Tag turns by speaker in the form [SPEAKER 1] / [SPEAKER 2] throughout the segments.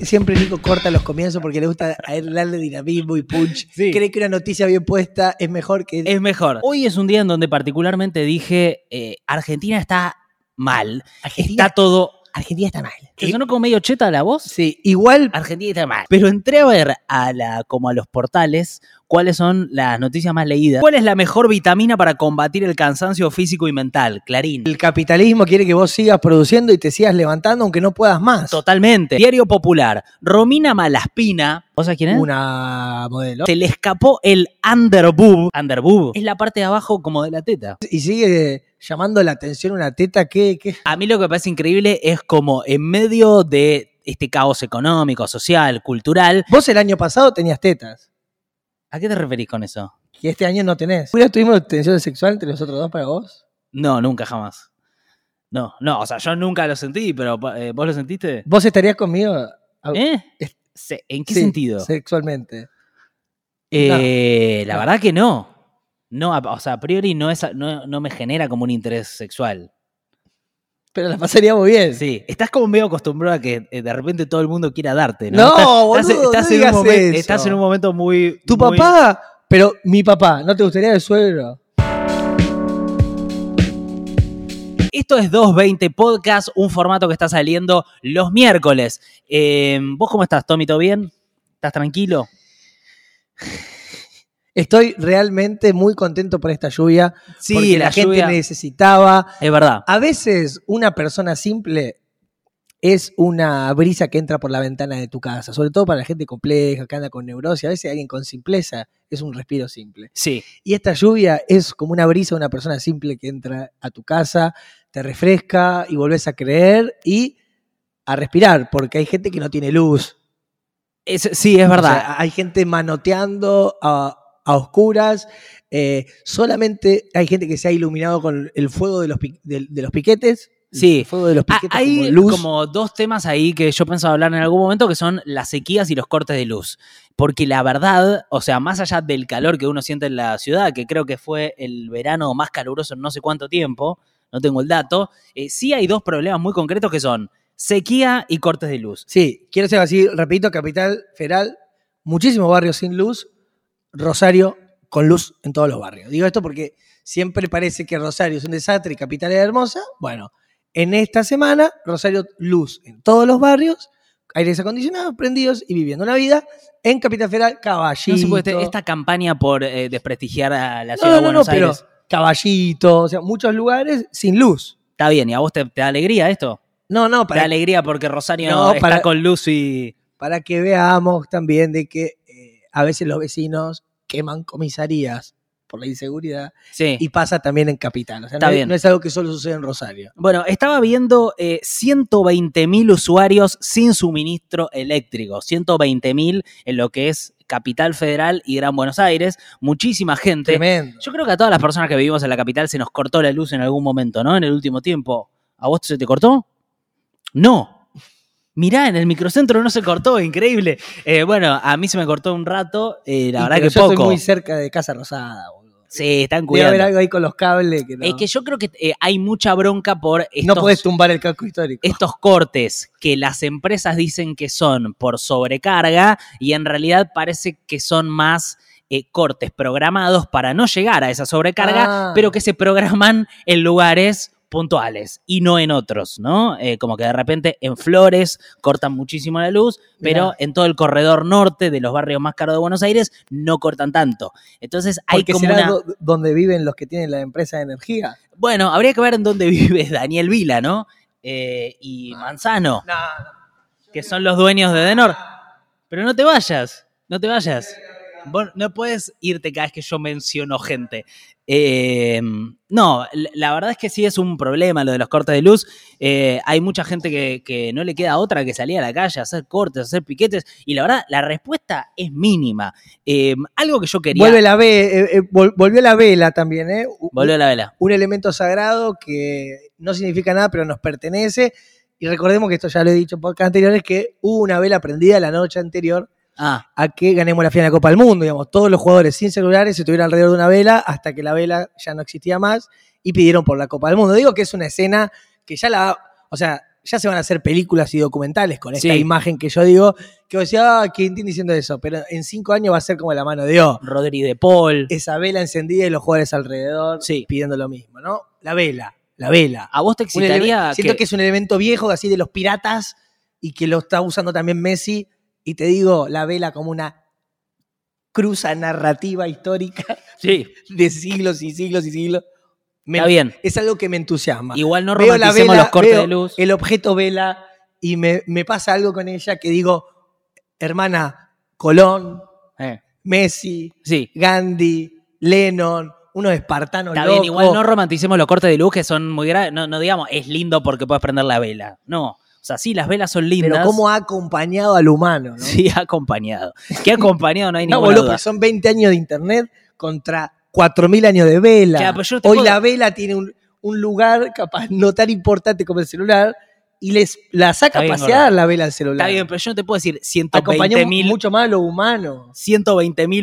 [SPEAKER 1] Siempre Nico corta los comienzos porque le gusta a él darle dinamismo y punch.
[SPEAKER 2] Sí.
[SPEAKER 1] Cree que una noticia bien puesta es mejor que...
[SPEAKER 2] Es mejor. Hoy es un día en donde particularmente dije, eh, Argentina está mal,
[SPEAKER 1] Argentina
[SPEAKER 2] está todo...
[SPEAKER 1] Argentina está mal.
[SPEAKER 2] ¿Te sonó como medio cheta la voz?
[SPEAKER 1] Sí, igual
[SPEAKER 2] Argentina está mal. Pero entré a ver a la, como a los portales cuáles son las noticias más leídas. ¿Cuál es la mejor vitamina para combatir el cansancio físico y mental? Clarín.
[SPEAKER 1] el capitalismo quiere que vos sigas produciendo y te sigas levantando aunque no puedas más.
[SPEAKER 2] Totalmente. Diario Popular. Romina Malaspina. ¿Vos sabés quién es? ¿Eh?
[SPEAKER 1] Una modelo.
[SPEAKER 2] Se le escapó el underboob. Underboob. Es la parte de abajo como de la teta.
[SPEAKER 1] Y sigue llamando la atención una teta que... que-
[SPEAKER 2] A mí lo que me parece increíble es como en medio de este caos económico, social, cultural.
[SPEAKER 1] Vos el año pasado tenías tetas,
[SPEAKER 2] ¿A qué te referís con eso?
[SPEAKER 1] que este año no tenés. ¿Hubiera tuvimos tensión sexual entre nosotros dos para vos?
[SPEAKER 2] No, nunca jamás. No, no, o sea, yo nunca lo sentí, pero eh, ¿vos lo sentiste?
[SPEAKER 1] ¿Vos estarías conmigo?
[SPEAKER 2] ¿Eh?
[SPEAKER 1] Es-
[SPEAKER 2] Se- ¿En qué
[SPEAKER 1] Sí,
[SPEAKER 2] sentido?
[SPEAKER 1] Sexualmente.
[SPEAKER 2] Eh, la
[SPEAKER 1] no.
[SPEAKER 2] verdad que no. No, a- o sea, a priori no, es, no, no me genera como un interés sexual.
[SPEAKER 1] Pero la pasaríamos bien.
[SPEAKER 2] Sí, estás como medio acostumbrado a que eh, de repente todo el mundo quiera darte, ¿no?
[SPEAKER 1] No,
[SPEAKER 2] Estás-
[SPEAKER 1] boludo, no
[SPEAKER 2] en un
[SPEAKER 1] digas
[SPEAKER 2] momen-
[SPEAKER 1] eso.
[SPEAKER 2] estás en un momento muy...
[SPEAKER 1] Tu
[SPEAKER 2] muy-
[SPEAKER 1] papá, pero mi papá, ¿no te gustaría el suegro?
[SPEAKER 2] Esto es 220 Podcast, un formato que está saliendo los miércoles. Eh, ¿Vos cómo estás, Tommy? ¿Todo bien? ¿Estás tranquilo?
[SPEAKER 1] Estoy realmente muy contento por esta lluvia, porque la, gente
[SPEAKER 2] lluvia-
[SPEAKER 1] necesitaba.
[SPEAKER 2] Es verdad.
[SPEAKER 1] A veces una persona simple es una brisa que entra por la ventana de tu casa, sobre todo para la gente compleja que anda con neurosis, a veces alguien con simpleza es un respiro simple.
[SPEAKER 2] Sí.
[SPEAKER 1] Y esta lluvia es como una brisa de una persona simple que entra a tu casa, te refresca y volvés a creer y a respirar, porque hay gente que no tiene luz,
[SPEAKER 2] Es- sí, es verdad.
[SPEAKER 1] O sea, hay gente manoteando a, a oscuras. eh, solamente hay gente que se ha iluminado con el fuego de los, pi- de, de los piquetes.
[SPEAKER 2] Sí.
[SPEAKER 1] El fuego de los
[SPEAKER 2] Ah,
[SPEAKER 1] piquetes
[SPEAKER 2] hay
[SPEAKER 1] como
[SPEAKER 2] como,
[SPEAKER 1] luz.
[SPEAKER 2] dos temas ahí que yo pensaba hablar en algún momento, que son las sequías y los cortes de luz. Porque la verdad, o sea, más allá del calor que uno siente en la ciudad, que creo que fue el verano más caluroso en no sé cuánto tiempo, no tengo el dato, eh, sí hay dos problemas muy concretos que son sequía y cortes de luz.
[SPEAKER 1] Sí, quiero ser así, repito, Capital Federal, muchísimos barrios sin luz, Rosario con luz en todos los barrios. Digo esto porque siempre parece que Rosario es un desastre y Capital es hermosa. Bueno, en esta semana, Rosario luz en todos los barrios, aires acondicionados, prendidos y viviendo una vida en Capital Federal, caballito.
[SPEAKER 2] No se puede te- esta campaña por eh, desprestigiar a la
[SPEAKER 1] No,
[SPEAKER 2] ciudad
[SPEAKER 1] no,
[SPEAKER 2] de
[SPEAKER 1] no, no,
[SPEAKER 2] Buenos
[SPEAKER 1] pero
[SPEAKER 2] Aires.
[SPEAKER 1] caballito, o sea, muchos lugares sin luz.
[SPEAKER 2] Está bien, ¿y a vos te, te da alegría esto?
[SPEAKER 1] No, no,
[SPEAKER 2] Te da
[SPEAKER 1] para,
[SPEAKER 2] alegría porque Rosario
[SPEAKER 1] No,
[SPEAKER 2] está
[SPEAKER 1] para-
[SPEAKER 2] con luz y...
[SPEAKER 1] para que veamos también de que eh, a veces los vecinos queman comisarías por la inseguridad
[SPEAKER 2] Sí.
[SPEAKER 1] y pasa también en Capital. O sea,
[SPEAKER 2] Está
[SPEAKER 1] no, es-
[SPEAKER 2] bien.
[SPEAKER 1] no es algo que solo sucede en Rosario.
[SPEAKER 2] Bueno, estaba viendo eh, 120.000 usuarios sin suministro eléctrico, 120.000 en lo que es Capital Federal y Gran Buenos Aires, muchísima gente.
[SPEAKER 1] Tremendo.
[SPEAKER 2] Yo creo que a todas las personas que vivimos en la capital se nos cortó la luz en algún momento, ¿no? En el último tiempo. ¿A vos se te cortó? No. Mirá, en el microcentro no se cortó, increíble. Eh, bueno, a mí se me cortó un rato, eh, la
[SPEAKER 1] Y
[SPEAKER 2] verdad
[SPEAKER 1] pero
[SPEAKER 2] que
[SPEAKER 1] yo
[SPEAKER 2] poco.
[SPEAKER 1] estoy muy cerca de Casa Rosada, boludo.
[SPEAKER 2] Sí, están
[SPEAKER 1] Debe haber
[SPEAKER 2] cuidando.
[SPEAKER 1] algo ahí con los cables que no,
[SPEAKER 2] Es que yo creo que eh, hay mucha bronca por
[SPEAKER 1] no
[SPEAKER 2] estos
[SPEAKER 1] podés tumbar el casco histórico.
[SPEAKER 2] estos cortes que las empresas dicen que son por sobrecarga y en realidad parece que son más eh, cortes programados para no llegar a esa sobrecarga,
[SPEAKER 1] Ah.
[SPEAKER 2] pero que se programan en lugares puntuales y no en otros, ¿no? Eh, como que de repente en Flores cortan muchísimo la luz, pero
[SPEAKER 1] Mirá.
[SPEAKER 2] en todo el corredor norte de los barrios más caros de Buenos Aires no cortan tanto. Entonces hay
[SPEAKER 1] Porque
[SPEAKER 2] como
[SPEAKER 1] será
[SPEAKER 2] una...
[SPEAKER 1] do- donde viven los que tienen la empresa de energía.
[SPEAKER 2] Bueno, habría que ver en dónde vive Daniel Vila, ¿no? Eh, y Manzano
[SPEAKER 1] Ah. No,
[SPEAKER 2] que son los dueños de Denor. Pero no te vayas, no te vayas. Vos no puedes irte cada vez que yo menciono gente. Eh, no, la- la verdad es que sí es un problema lo de los cortes de luz. Eh, hay mucha gente que, que no le queda otra que salir a la calle, a hacer cortes, a hacer piquetes. Y la verdad, la respuesta es mínima. Eh, algo que yo quería...
[SPEAKER 1] Vuelve la ve- eh, eh, vol- volvió la vela también, ¿eh? U-
[SPEAKER 2] Volvió la vela.
[SPEAKER 1] un elemento sagrado que no significa nada, pero nos pertenece. Y recordemos que esto ya lo he dicho en podcast anteriores, que hubo una vela prendida la noche anterior
[SPEAKER 2] Ah,
[SPEAKER 1] a que ganemos la final de la Copa del Mundo. Digamos, todos los jugadores sin celulares estuvieron alrededor de una vela hasta que la vela ya no existía más y pidieron por la Copa del Mundo. Digo que es una escena que ya la... O sea, ya se van a hacer películas y documentales con esta
[SPEAKER 2] Sí.
[SPEAKER 1] imagen que yo digo, que decía, ah, Quintín diciendo eso, pero en cinco años va a ser como la mano de Dios.
[SPEAKER 2] Rodri de Paul.
[SPEAKER 1] Esa vela encendida y los jugadores alrededor
[SPEAKER 2] Sí.
[SPEAKER 1] pidiendo lo mismo, ¿no? La vela, la vela.
[SPEAKER 2] ¿A vos te
[SPEAKER 1] Un
[SPEAKER 2] excitaría
[SPEAKER 1] elemen- siento que...
[SPEAKER 2] que
[SPEAKER 1] es un elemento viejo, así de los piratas, y que lo está usando también Messi. Y te digo, la vela como una cruza narrativa histórica
[SPEAKER 2] Sí,
[SPEAKER 1] de siglos y siglos y siglos. Me-
[SPEAKER 2] está bien.
[SPEAKER 1] Es algo que me entusiasma.
[SPEAKER 2] Igual no
[SPEAKER 1] Veo la
[SPEAKER 2] romanticemos
[SPEAKER 1] vela,
[SPEAKER 2] los cortes
[SPEAKER 1] veo
[SPEAKER 2] de luz.
[SPEAKER 1] el objeto vela, y me, me pasa algo con ella que digo, hermana, Colón,
[SPEAKER 2] Eh,
[SPEAKER 1] Messi,
[SPEAKER 2] Sí.
[SPEAKER 1] Gandhi, Lennon, unos espartanos
[SPEAKER 2] Está bien,
[SPEAKER 1] locos.
[SPEAKER 2] igual no romanticemos los cortes de luz que son muy graves. No, no digamos, es lindo porque puedes prender la vela. No. O sea, sí, las velas son lindas.
[SPEAKER 1] pero cómo ha acompañado al humano, ¿no?
[SPEAKER 2] Sí, ha acompañado. Que ha acompañado no hay
[SPEAKER 1] No,
[SPEAKER 2] ninguna
[SPEAKER 1] boludo,
[SPEAKER 2] duda.
[SPEAKER 1] porque son 20 años de internet contra 4.000 años de vela.
[SPEAKER 2] Claro, pero yo no te
[SPEAKER 1] Hoy
[SPEAKER 2] puedo-
[SPEAKER 1] la vela tiene un, un lugar capaz no tan importante como el celular y les, la saca
[SPEAKER 2] Está bien,
[SPEAKER 1] a pasear
[SPEAKER 2] gordo.
[SPEAKER 1] la vela al celular.
[SPEAKER 2] Está bien, pero yo no te puedo decir
[SPEAKER 1] Acompañó
[SPEAKER 2] 120 mil
[SPEAKER 1] mucho más a lo humano.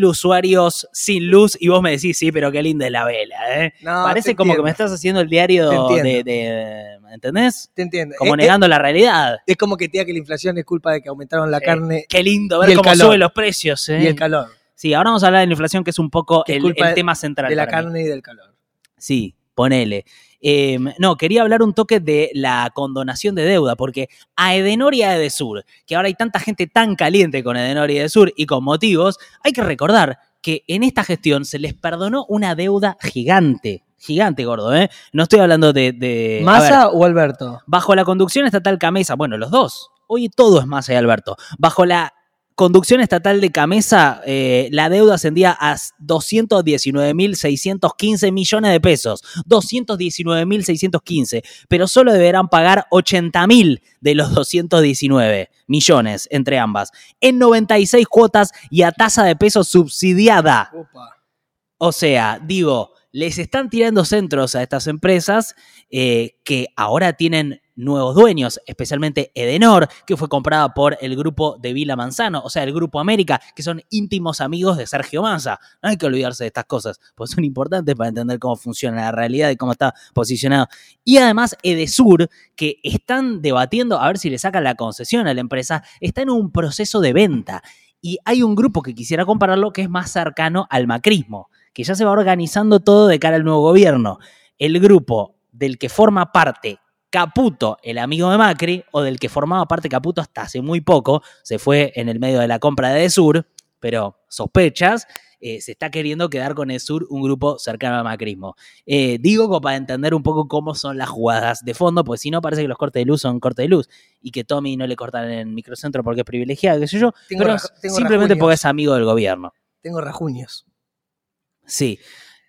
[SPEAKER 2] usuarios sin luz y vos me decís, sí, pero qué linda es la vela, ¿eh?
[SPEAKER 1] No,
[SPEAKER 2] Parece
[SPEAKER 1] Ah, te
[SPEAKER 2] como que
[SPEAKER 1] entiendo,
[SPEAKER 2] me estás haciendo el diario
[SPEAKER 1] Te
[SPEAKER 2] de,
[SPEAKER 1] entiendo.
[SPEAKER 2] de- ¿Entendés?
[SPEAKER 1] Te entiendo.
[SPEAKER 2] Como
[SPEAKER 1] Eh, eh,
[SPEAKER 2] negando la realidad.
[SPEAKER 1] es como que te diga que la inflación es culpa de que aumentaron la
[SPEAKER 2] Sí.
[SPEAKER 1] carne
[SPEAKER 2] Qué lindo
[SPEAKER 1] y
[SPEAKER 2] ver
[SPEAKER 1] el
[SPEAKER 2] cómo
[SPEAKER 1] calor.
[SPEAKER 2] suben los precios, ¿eh?
[SPEAKER 1] y el calor.
[SPEAKER 2] Sí, ahora vamos a hablar de la inflación, que es un poco
[SPEAKER 1] Que es
[SPEAKER 2] el,
[SPEAKER 1] culpa
[SPEAKER 2] el
[SPEAKER 1] de-
[SPEAKER 2] tema central.
[SPEAKER 1] De la
[SPEAKER 2] para mí.
[SPEAKER 1] carne y del calor.
[SPEAKER 2] Sí, ponele. Eh, no, quería hablar un toque de la condonación de deuda, porque a Edenor y a Edesur, que ahora hay tanta gente tan caliente con Edenor y Edesur y con motivos, hay que recordar que en esta gestión se les perdonó una deuda gigante, gigante, gordo, ¿eh? No estoy hablando de... de Eh, a ver,
[SPEAKER 1] ¿Masa o Alberto?
[SPEAKER 2] Bajo la conducción estatal Camesa, bueno, los dos. Hoy todo es Massa y Alberto. Bajo la conducción estatal de Camesa, eh, la deuda ascendía a 219.615 millones de pesos. 219.615. Pero solo deberán pagar 80.000 de los 219 millones entre ambas. En 96 cuotas y a tasa de peso subsidiada. O sea, digo, les están tirando centros a estas empresas eh, que ahora tienen nuevos dueños, especialmente Edenor, que fue comprada por el grupo de Vila Manzano, o sea, el grupo América, que son íntimos amigos de Sergio Manza. No hay que olvidarse de estas cosas, pues son importantes para entender cómo funciona la realidad y cómo está posicionado. Y además, Edesur, que están debatiendo a ver si le sacan la concesión a la empresa, está en un proceso de venta. Y hay un grupo que quisiera compararlo que es más cercano al macrismo, que ya se va organizando todo de cara al nuevo gobierno. El grupo del que forma parte Caputo, el amigo de Macri, o del que formaba parte Caputo hasta hace muy poco, se fue en el medio de la compra de Sur, pero sospechas, eh, se está queriendo quedar con Sur un grupo cercano al macrismo. Eh, digo como para entender un poco cómo son las jugadas de fondo, pues si no parece que los cortes de luz son cortes de luz y que Tommy no le cortan en el microcentro porque es privilegiado, qué sé yo,
[SPEAKER 1] Tengo
[SPEAKER 2] pero
[SPEAKER 1] raj- tengo
[SPEAKER 2] simplemente
[SPEAKER 1] rajuños.
[SPEAKER 2] porque es amigo del gobierno.
[SPEAKER 1] Tengo rajuños.
[SPEAKER 2] Sí.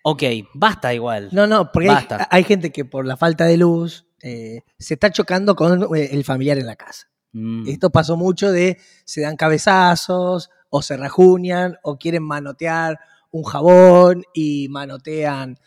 [SPEAKER 2] Ok, basta igual.
[SPEAKER 1] No, no, porque hay,
[SPEAKER 2] Basta.
[SPEAKER 1] hay gente que por la falta de luz eh, se está chocando con eh, el familiar en la casa.
[SPEAKER 2] Mm,
[SPEAKER 1] Esto pasó mucho de se dan cabezazos o se rajuñan o quieren manotear un jabón y manotean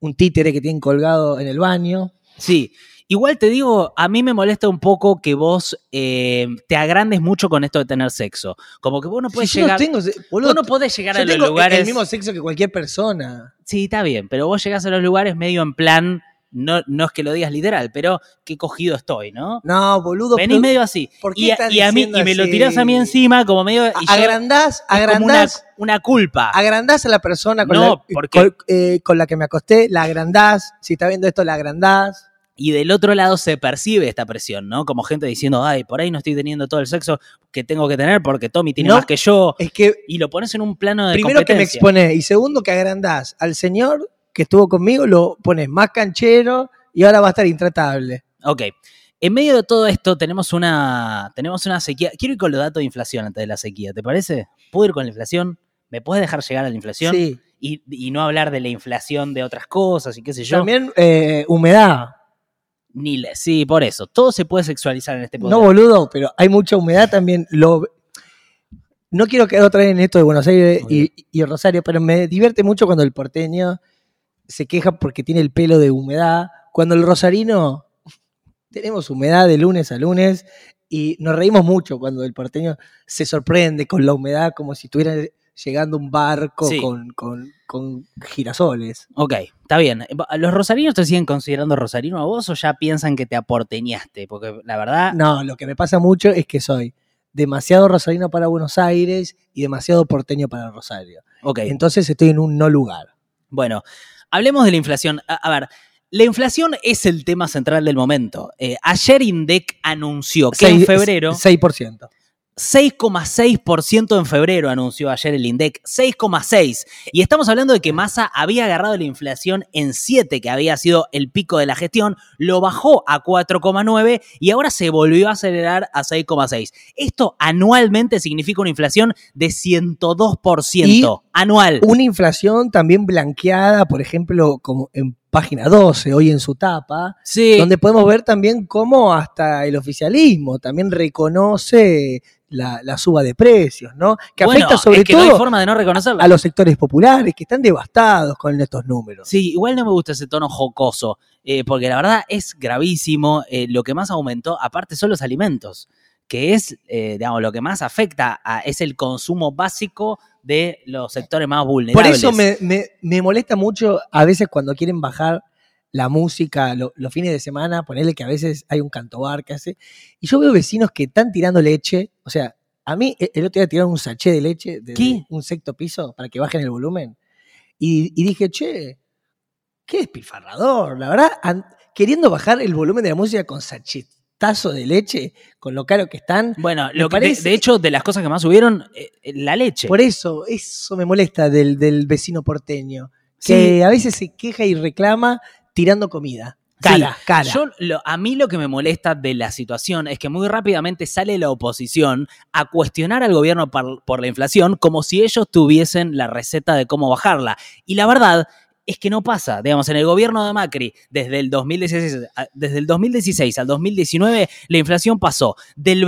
[SPEAKER 1] un títere que tienen colgado en el baño.
[SPEAKER 2] Sí. Igual te digo, a mí me molesta un poco que vos eh, te agrandes mucho con esto de tener sexo. Como que vos no podés
[SPEAKER 1] Si yo no
[SPEAKER 2] llegar.
[SPEAKER 1] tengo, se- boludo,
[SPEAKER 2] vos no podés llegar
[SPEAKER 1] yo
[SPEAKER 2] a los
[SPEAKER 1] tengo
[SPEAKER 2] lugares.
[SPEAKER 1] el mismo sexo que cualquier persona.
[SPEAKER 2] Sí, está bien, pero vos llegás a los lugares medio en plan. No, no es que lo digas literal, pero qué cogido estoy, ¿no?
[SPEAKER 1] No, boludo.
[SPEAKER 2] Venís
[SPEAKER 1] pero-
[SPEAKER 2] medio así.
[SPEAKER 1] ¿por qué
[SPEAKER 2] y, a-
[SPEAKER 1] estás
[SPEAKER 2] y a mí,
[SPEAKER 1] diciendo
[SPEAKER 2] y me lo
[SPEAKER 1] así?
[SPEAKER 2] tirás a mí encima, como medio. y yo-
[SPEAKER 1] agrandás,
[SPEAKER 2] es como
[SPEAKER 1] agrandás.
[SPEAKER 2] Una, una culpa.
[SPEAKER 1] agrandás a la persona con,
[SPEAKER 2] No,
[SPEAKER 1] la,
[SPEAKER 2] porque-
[SPEAKER 1] con, eh, con la que me acosté, la agrandás, si está viendo esto, la agrandás.
[SPEAKER 2] Y del otro lado se percibe esta presión, ¿no? Como gente diciendo, ay, por ahí no estoy teniendo todo el sexo que tengo que tener porque Tommy tiene
[SPEAKER 1] No.
[SPEAKER 2] más que yo.
[SPEAKER 1] Es que
[SPEAKER 2] Y lo pones en un plano Ah, de
[SPEAKER 1] primero que me
[SPEAKER 2] competencia.
[SPEAKER 1] exponés y segundo que agrandás al señor que estuvo conmigo, lo pones más canchero y ahora va a estar intratable.
[SPEAKER 2] Ok. En medio de todo esto tenemos una, tenemos una sequía. Quiero ir con los datos de inflación antes de la sequía, ¿te parece? ¿Puedo ir con la inflación? ¿Me puedes dejar llegar a la inflación?
[SPEAKER 1] Sí.
[SPEAKER 2] Y, y no hablar de la inflación de otras cosas y qué sé yo.
[SPEAKER 1] También eh, humedad.
[SPEAKER 2] Ni le- sí, por eso. Todo se puede sexualizar en este
[SPEAKER 1] No,
[SPEAKER 2] podcast.
[SPEAKER 1] boludo, pero hay mucha humedad también. Lo... No quiero quedar otra vez en esto de Buenos Aires y, y Rosario, pero me divierte mucho cuando el porteño se queja porque tiene el pelo de humedad. Cuando el rosarino tenemos humedad de lunes a lunes y nos reímos mucho cuando el porteño se sorprende con la humedad como si estuviera llegando un barco
[SPEAKER 2] Sí.
[SPEAKER 1] con, con- con girasoles.
[SPEAKER 2] Ok, está bien. ¿Los rosarinos te siguen considerando rosarino a vos o ya piensan que te aporteñaste? Porque la verdad,
[SPEAKER 1] No, lo que me pasa mucho es que soy demasiado rosarino para Buenos Aires y demasiado porteño para Rosario.
[SPEAKER 2] ok.
[SPEAKER 1] Entonces estoy en un no lugar.
[SPEAKER 2] Bueno, hablemos de la inflación. A, a ver, la inflación es el tema central del momento. Eh, ayer INDEC anunció que en
[SPEAKER 1] Seis-
[SPEAKER 2] febrero,
[SPEAKER 1] 6%.
[SPEAKER 2] 6,6% en febrero anunció ayer el INDEC, 6,6%. Y estamos hablando de que Massa había agarrado la inflación en 7, que había sido el pico de la gestión, lo bajó a 4,9 y ahora se volvió a acelerar a 6,6. Esto anualmente significa una inflación de 102% anual.
[SPEAKER 1] Una inflación también blanqueada, por ejemplo, como en página 12, hoy en su tapa,
[SPEAKER 2] Sí.
[SPEAKER 1] donde podemos ver también cómo hasta el oficialismo también reconoce la, la suba de precios, ¿no? Que afecta
[SPEAKER 2] Bueno,
[SPEAKER 1] sobre
[SPEAKER 2] es que no hay
[SPEAKER 1] todo
[SPEAKER 2] forma de no reconocerla.
[SPEAKER 1] a los sectores populares que están devastados con estos números.
[SPEAKER 2] Sí, igual no me gusta ese tono jocoso, eh, porque la verdad es gravísimo. eh, lo que más aumentó, aparte, son los alimentos, que es, eh, digamos, lo que más afecta a- es el consumo básico de los sectores más
[SPEAKER 1] Por
[SPEAKER 2] vulnerables.
[SPEAKER 1] eso me, me- me molesta mucho a veces cuando quieren bajar la música lo- los fines de semana, ponerle que a veces hay un cantobar que hace. Y yo veo vecinos que están tirando leche. O sea, a mí e- el otro día tiraron un sachet de leche de
[SPEAKER 2] ¿Qué?
[SPEAKER 1] un sexto piso para que bajen el volumen. Y, y dije, che, qué despilfarrador. La verdad, an- queriendo bajar el volumen de la música con sachetazo de leche, con lo caro que están.
[SPEAKER 2] Bueno,
[SPEAKER 1] me
[SPEAKER 2] lo que, de- de,
[SPEAKER 1] parece-
[SPEAKER 2] hecho, de las cosas que más subieron, eh, eh, la leche.
[SPEAKER 1] Por eso, eso me molesta del, del vecino porteño.
[SPEAKER 2] Sí.
[SPEAKER 1] que a veces se queja y reclama tirando comida. Cara,
[SPEAKER 2] Sí,
[SPEAKER 1] cara.
[SPEAKER 2] Yo, lo- a mí lo que me molesta de la situación es que muy rápidamente sale la oposición a cuestionar al gobierno par- por la inflación como si ellos tuviesen la receta de cómo bajarla. Y la verdad es que no pasa. Digamos, en el gobierno de Macri, desde el 2016, a- desde el 2016 al 2019, la inflación pasó del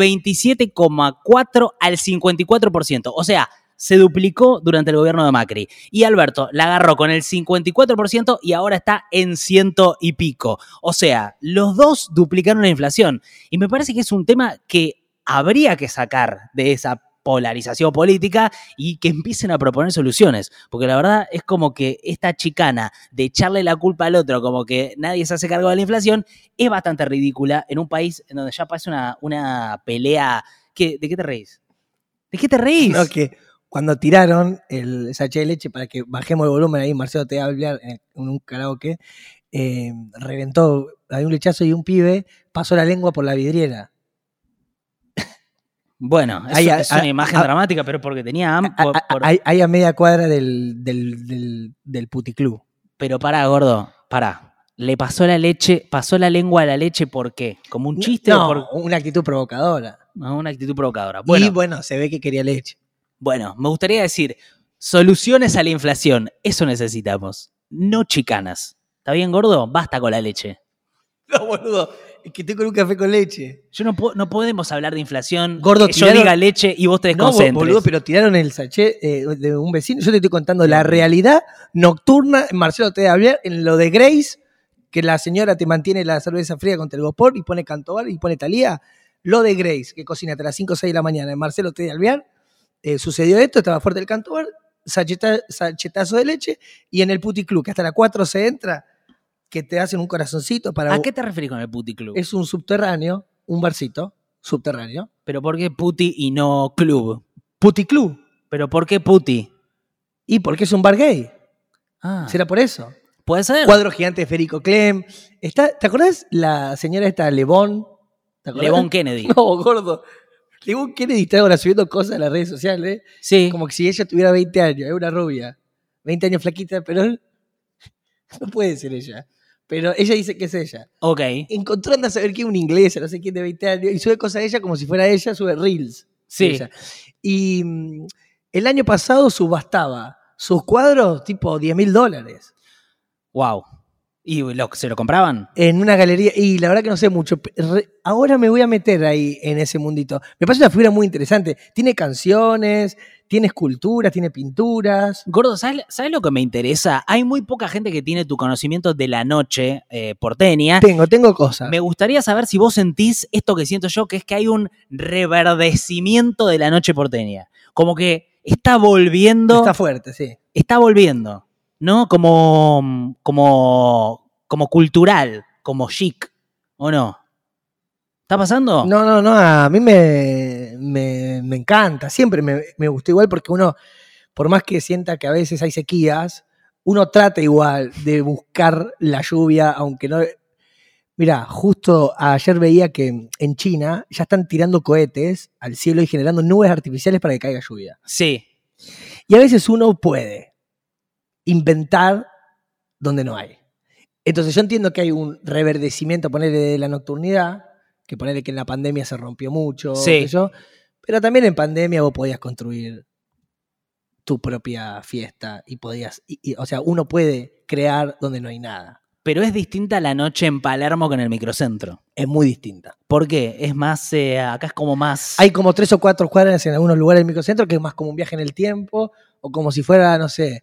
[SPEAKER 2] 27,4 al 54%. O sea, se duplicó durante el gobierno de Macri. Y Alberto la agarró con el 54% y ahora está en ciento y pico. O sea, los dos duplicaron la inflación. Y me parece que es un tema que habría que sacar de esa polarización política y que empiecen a proponer soluciones. Porque la verdad es como que esta chicana de echarle la culpa al otro, como que nadie se hace cargo de la inflación, es bastante ridícula en un país en donde ya parece una, una pelea. ¿Qué- ¿De qué te reís? ¿De qué te reís?
[SPEAKER 1] No, que cuando tiraron el sachet de leche para que bajemos el volumen ahí, Marcelo te va a hablar en un karaoke, eh, reventó, hay un lechazo y un pibe pasó la lengua por la vidriera.
[SPEAKER 2] Bueno, es,
[SPEAKER 1] Hay a-
[SPEAKER 2] es una
[SPEAKER 1] a-
[SPEAKER 2] imagen
[SPEAKER 1] a-
[SPEAKER 2] dramática, pero porque tenía hambre.
[SPEAKER 1] A- a- Ahí ahí a, media cuadra del, del, del, del puticlub.
[SPEAKER 2] Pero pará, gordo, pará. Le pasó la leche, pasó la lengua a la leche, ¿por qué? ¿Como un chiste
[SPEAKER 1] No,
[SPEAKER 2] o por
[SPEAKER 1] una actitud provocadora.
[SPEAKER 2] no, una actitud provocadora?
[SPEAKER 1] Bueno.
[SPEAKER 2] Bueno,
[SPEAKER 1] Y bueno, se ve que quería leche.
[SPEAKER 2] bueno, me gustaría decir, soluciones a la inflación, eso necesitamos, no chicanas. ¿Está bien, gordo? Basta con la leche.
[SPEAKER 1] No, boludo, es que tengo un café con leche.
[SPEAKER 2] Yo no, puedo- no podemos hablar de inflación,
[SPEAKER 1] Gordo,
[SPEAKER 2] que yo
[SPEAKER 1] tiraron-
[SPEAKER 2] diga leche y vos te
[SPEAKER 1] No,
[SPEAKER 2] desconcentres.
[SPEAKER 1] boludo, pero tiraron el sachet eh, de un vecino. Yo te estoy contando la realidad nocturna en Marcelo T. Javier, en lo de Grace, que la señora te mantiene la cerveza fría con telgopor y pone Cantobar y pone Talía. Lo de Grace, que cocina hasta las 5 o 6 de la mañana en Marcelo T. Alvear, Eh, sucedió esto, estaba fuerte el Cantobar, sacheta- sachetazo de leche, y en el puticlub, que hasta las 4 se entra, que te hacen un corazoncito para...
[SPEAKER 2] ¿A qué te referís con el puti club?
[SPEAKER 1] Es un subterráneo, un barcito subterráneo.
[SPEAKER 2] ¿Pero por qué puti y no club?
[SPEAKER 1] Puticlub.
[SPEAKER 2] ¿Pero por qué puti?
[SPEAKER 1] ¿Y porque es un bar gay?
[SPEAKER 2] Ah, Eh.
[SPEAKER 1] ¿Será por eso?
[SPEAKER 2] ¿Puede ser?
[SPEAKER 1] Cuadro gigante de Federico Clem. Está, ¿Te acordás la señora esta, Lebón? ¿Te acordás?
[SPEAKER 2] Levon Kennedy.
[SPEAKER 1] No, gordo. Lebón Kennedy está ahora subiendo cosas en las redes sociales. ¿eh?
[SPEAKER 2] Sí.
[SPEAKER 1] Como que si ella tuviera 20 años, es una rubia. 20 años flaquita, pero no puede ser ella. Pero ella dice que es ella.
[SPEAKER 2] Ok.
[SPEAKER 1] Encontró anda a saber quién es una inglesa, no sé quién de 20 años, y sube cosas de ella como si fuera ella, sube reels.
[SPEAKER 2] Sí.
[SPEAKER 1] ella. Y mm, el año pasado subastaba sus cuadros tipo 10 mil dólares
[SPEAKER 2] Wow. ¿Y lo, se lo compraban?
[SPEAKER 1] en una galería. Y la verdad que no sé mucho. pe- re- ahora me voy a meter ahí en ese mundito. Me parece una figura muy interesante. Tiene canciones, tiene esculturas, tiene pinturas.
[SPEAKER 2] Gordo, ¿sabes, sabes lo que me interesa? Hay muy poca gente que tiene tu conocimiento de la noche eh, porteña.
[SPEAKER 1] Tengo, tengo cosas.
[SPEAKER 2] Me gustaría saber si vos sentís esto que siento yo, que es que hay un reverdecimiento de la noche porteña. Como que está volviendo.
[SPEAKER 1] Está fuerte, sí.
[SPEAKER 2] está volviendo, ¿no? Como, como, como cultural, como chic, ¿o no? ¿Está pasando?
[SPEAKER 1] No, no, no, a mí me, me, me encanta, siempre me, me gustó igual porque uno, por más que sienta que a veces hay sequías, uno trata igual de buscar la lluvia, aunque no... Mira, justo ayer veía que en China ya están tirando cohetes al cielo y generando nubes artificiales para que caiga lluvia.
[SPEAKER 2] Sí,
[SPEAKER 1] Y a veces uno puede inventar donde no hay. Entonces yo entiendo que hay un reverdecimiento, ponerle de la nocturnidad, que ponerle que en la pandemia se rompió mucho,
[SPEAKER 2] Sí.
[SPEAKER 1] qué sé yo, pero también en pandemia vos podías construir tu propia fiesta y podías, y- y- o sea, uno puede crear donde no hay nada.
[SPEAKER 2] pero es distinta la noche en Palermo que en el microcentro.
[SPEAKER 1] Es muy distinta.
[SPEAKER 2] ¿Por qué? Es más, eh, acá es como más...
[SPEAKER 1] Hay como tres o cuatro cuadras en algunos lugares del microcentro que es más como un viaje en el tiempo o como si fuera, no sé,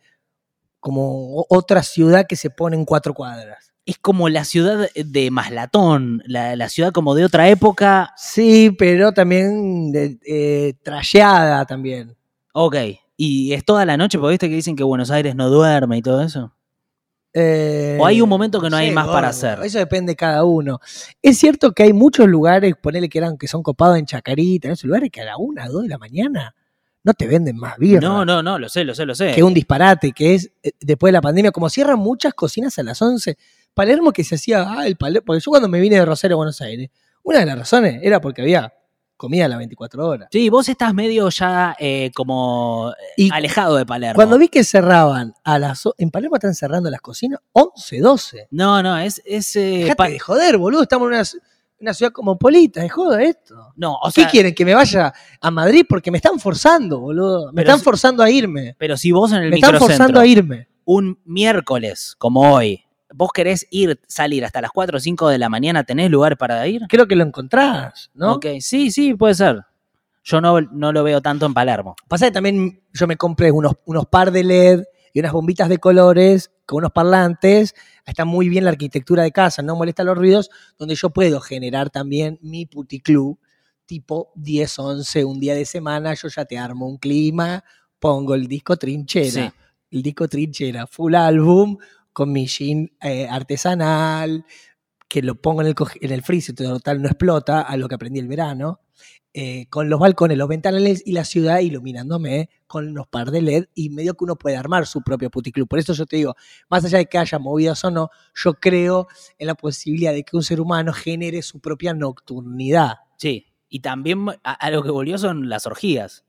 [SPEAKER 1] como o- otra ciudad que se pone en cuatro cuadras.
[SPEAKER 2] Es como la ciudad de Maslatón, la, la ciudad como de otra época.
[SPEAKER 1] Sí, pero también de- eh, trasheada también.
[SPEAKER 2] Ok, y es toda la noche, porque viste que dicen que Buenos Aires no duerme y todo eso.
[SPEAKER 1] Eh,
[SPEAKER 2] O hay un momento que no hay
[SPEAKER 1] sé,
[SPEAKER 2] más para
[SPEAKER 1] gordo,
[SPEAKER 2] hacer.
[SPEAKER 1] Eso depende de cada uno. Es cierto que hay muchos lugares, ponele que eran que son copados en Chacarita, en esos lugares que a la una, dos de la mañana no te venden más birra.
[SPEAKER 2] No, no, no, lo sé, lo sé, lo sé.
[SPEAKER 1] Que un disparate, que es eh, después de la pandemia, como cierran muchas cocinas a las 11. Palermo que se hacía, ah, el Palermo, porque yo cuando me vine de Rosario a Buenos Aires, una de las razones era porque había comida a las 24 horas.
[SPEAKER 2] Sí, vos estás medio ya eh, como eh,
[SPEAKER 1] Y
[SPEAKER 2] alejado de Palermo.
[SPEAKER 1] Cuando vi que cerraban a las. o- En Palermo están cerrando las cocinas 11, 12.
[SPEAKER 2] No, no, es... es eh,
[SPEAKER 1] Dejate
[SPEAKER 2] pa-
[SPEAKER 1] de joder, boludo. Estamos en una, ci- una ciudad cosmopolita. De joda esto.
[SPEAKER 2] No, o
[SPEAKER 1] ¿Qué
[SPEAKER 2] sea,
[SPEAKER 1] quieren? ¿Que me vaya a Madrid? Porque me están forzando, boludo. Me
[SPEAKER 2] Pero
[SPEAKER 1] están
[SPEAKER 2] si-
[SPEAKER 1] forzando a irme.
[SPEAKER 2] pero si vos en el
[SPEAKER 1] Me están forzando
[SPEAKER 2] microcentro
[SPEAKER 1] a irme.
[SPEAKER 2] un miércoles como hoy, vos querés ir, salir hasta las 4 o 5 de la mañana, ¿tenés lugar para ir?
[SPEAKER 1] Creo que lo encontrás, ¿no?
[SPEAKER 2] Ok, sí, sí, puede ser. Yo no, no lo veo tanto en Palermo.
[SPEAKER 1] Pasa que también yo me compré unos, unos par de LED y unas bombitas de colores con unos parlantes. Está muy bien la arquitectura de casa, no molesta los ruidos, donde yo puedo generar también mi puticlub tipo 10, 11, un día de semana, yo ya te armo un clima, pongo el disco trinchera,
[SPEAKER 2] Sí.
[SPEAKER 1] el disco trinchera, full álbum, con mi jean eh, artesanal, que lo pongo en el, coj- en el freezer, total no explota, a lo que aprendí el verano, eh, con los balcones, los ventanales y la ciudad iluminándome con los par de LED y medio que uno puede armar su propio puticlub. Por eso yo te digo, más allá de que haya movidas o no, yo creo en la posibilidad de que un ser humano genere su propia nocturnidad.
[SPEAKER 2] Sí. Y también a, a lo que volvió son las orgías.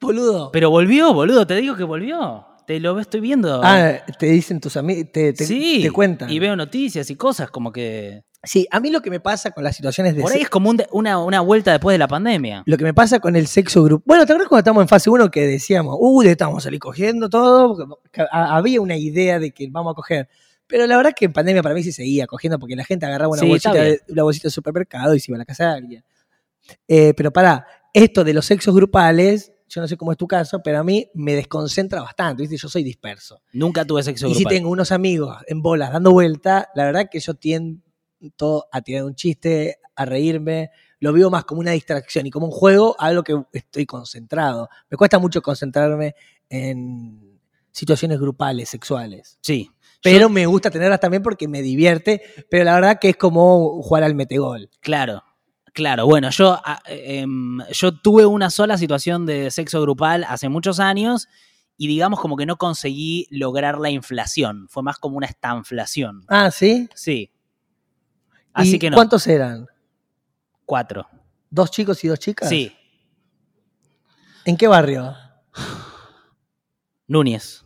[SPEAKER 1] Boludo.
[SPEAKER 2] Pero volvió, boludo, te digo que volvió. Te lo estoy viendo.
[SPEAKER 1] ah, te dicen tus amigos, te, te,
[SPEAKER 2] sí.
[SPEAKER 1] te cuentan.
[SPEAKER 2] Y veo noticias y cosas como que...
[SPEAKER 1] Sí, a mí lo que me pasa con las situaciones de...
[SPEAKER 2] Por ahí es como un de- una, una vuelta después de la pandemia.
[SPEAKER 1] Lo que me pasa con el sexo grupo. Bueno, ¿te acuerdas cuando estábamos en fase 1 que decíamos, uy, estamos salir cogiendo todo? Porque ca- a- Había una idea de que vamos a coger. Pero la verdad que en pandemia para mí se seguía cogiendo porque la gente agarraba una,
[SPEAKER 2] Sí, está
[SPEAKER 1] bolsita, de, una bolsita de supermercado y se iba a la casa de alguien. Eh, pero pará, esto de los sexos grupales, yo no sé cómo es tu caso, pero a mí me desconcentra bastante, ¿viste? Yo soy disperso.
[SPEAKER 2] Nunca tuve sexo
[SPEAKER 1] Y si
[SPEAKER 2] grupal.
[SPEAKER 1] tengo unos amigos en bolas dando vuelta, la verdad que yo tiendo a tirar un chiste, a reírme. Lo veo más como una distracción y como un juego a lo que estoy concentrado. Me cuesta mucho concentrarme en situaciones grupales, sexuales.
[SPEAKER 2] Sí.
[SPEAKER 1] Pero me gusta tenerlas también porque me divierte. Pero la verdad que es como jugar al metegol.
[SPEAKER 2] Claro, claro. Bueno, yo, a- em, yo tuve una sola situación de sexo grupal hace muchos años y digamos como que no conseguí lograr la inflación. Fue más como una estanflación.
[SPEAKER 1] Ah, ¿sí?
[SPEAKER 2] Sí.
[SPEAKER 1] ¿Y
[SPEAKER 2] Así que no.
[SPEAKER 1] ¿Cuántos eran?
[SPEAKER 2] Cuatro.
[SPEAKER 1] ¿Dos chicos y dos chicas?
[SPEAKER 2] Sí.
[SPEAKER 1] ¿En qué barrio?
[SPEAKER 2] Núñez.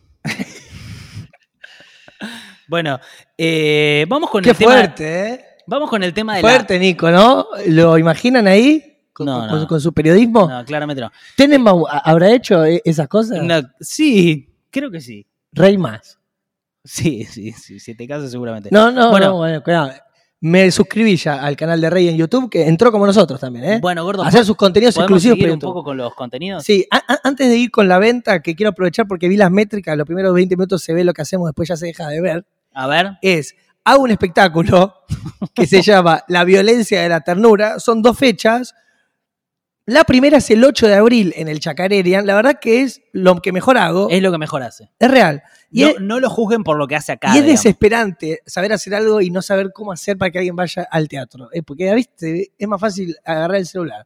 [SPEAKER 2] bueno, eh, vamos con
[SPEAKER 1] Qué
[SPEAKER 2] el tema.
[SPEAKER 1] fuerte, ¿eh?
[SPEAKER 2] Vamos con el tema de
[SPEAKER 1] Fuerte, Nico, ¿no? ¿Lo imaginan ahí? ¿Con,
[SPEAKER 2] No,
[SPEAKER 1] con-
[SPEAKER 2] no.
[SPEAKER 1] con su periodismo?
[SPEAKER 2] la. No, claramente no.
[SPEAKER 1] ¿Tenenbaum ha- habrá hecho e- esas cosas?
[SPEAKER 2] No, Sí, creo que sí.
[SPEAKER 1] Rey más.
[SPEAKER 2] Sí, sí, sí. Si te casas, seguramente.
[SPEAKER 1] No, no,
[SPEAKER 2] Bueno.
[SPEAKER 1] bueno, no, bueno, cuidado. Me suscribí ya al canal de Rey en YouTube, que entró como nosotros también, ¿eh?
[SPEAKER 2] Bueno, gordo,
[SPEAKER 1] Hacer sus contenidos
[SPEAKER 2] ¿podemos
[SPEAKER 1] exclusivos
[SPEAKER 2] seguir
[SPEAKER 1] para
[SPEAKER 2] un
[SPEAKER 1] YouTube.
[SPEAKER 2] poco con los contenidos?
[SPEAKER 1] Sí, a- a- antes de ir con la venta, que quiero aprovechar porque vi las métricas, los primeros 20 minutos se ve lo que hacemos, después ya se deja de ver,
[SPEAKER 2] A ver.
[SPEAKER 1] es, hago un espectáculo que se llama La violencia de la ternura, son dos fechas, La primera es el 8 de abril en el Chacarerian. La verdad que es lo que mejor hago. Es,
[SPEAKER 2] Es lo que mejor hace.
[SPEAKER 1] real. Y
[SPEAKER 2] Eh, No,
[SPEAKER 1] es,
[SPEAKER 2] no lo juzguen por lo que hace acá.
[SPEAKER 1] y es
[SPEAKER 2] digamos.
[SPEAKER 1] desesperante saber hacer algo y no saber cómo hacer para que alguien vaya al teatro. Eh, porque, ¿viste? Es más fácil agarrar el celular.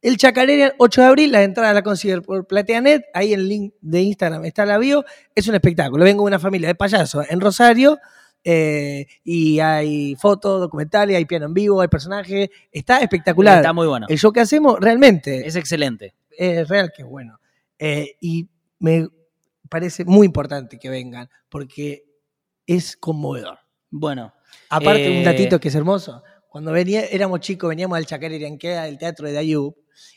[SPEAKER 1] El Chacarerian, 8 de abril, la entrada la consigue por PlateaNet. Ahí el link de Instagram está la bio. Es un espectáculo. Vengo de una familia de payasos en Rosario. eh, y hay fotos, documentales, hay piano en vivo, hay personajes. Está espectacular.
[SPEAKER 2] Está muy bueno.
[SPEAKER 1] El show que hacemos realmente
[SPEAKER 2] Es excelente.
[SPEAKER 1] es real que es bueno. Eh, y me parece muy importante que vengan, porque es conmovedor.
[SPEAKER 2] Bueno.
[SPEAKER 1] Aparte,
[SPEAKER 2] Eh,
[SPEAKER 1] un datito que es hermoso. Cuando venía, éramos chicos, veníamos al Chacarerian, que era del teatro de Dayub,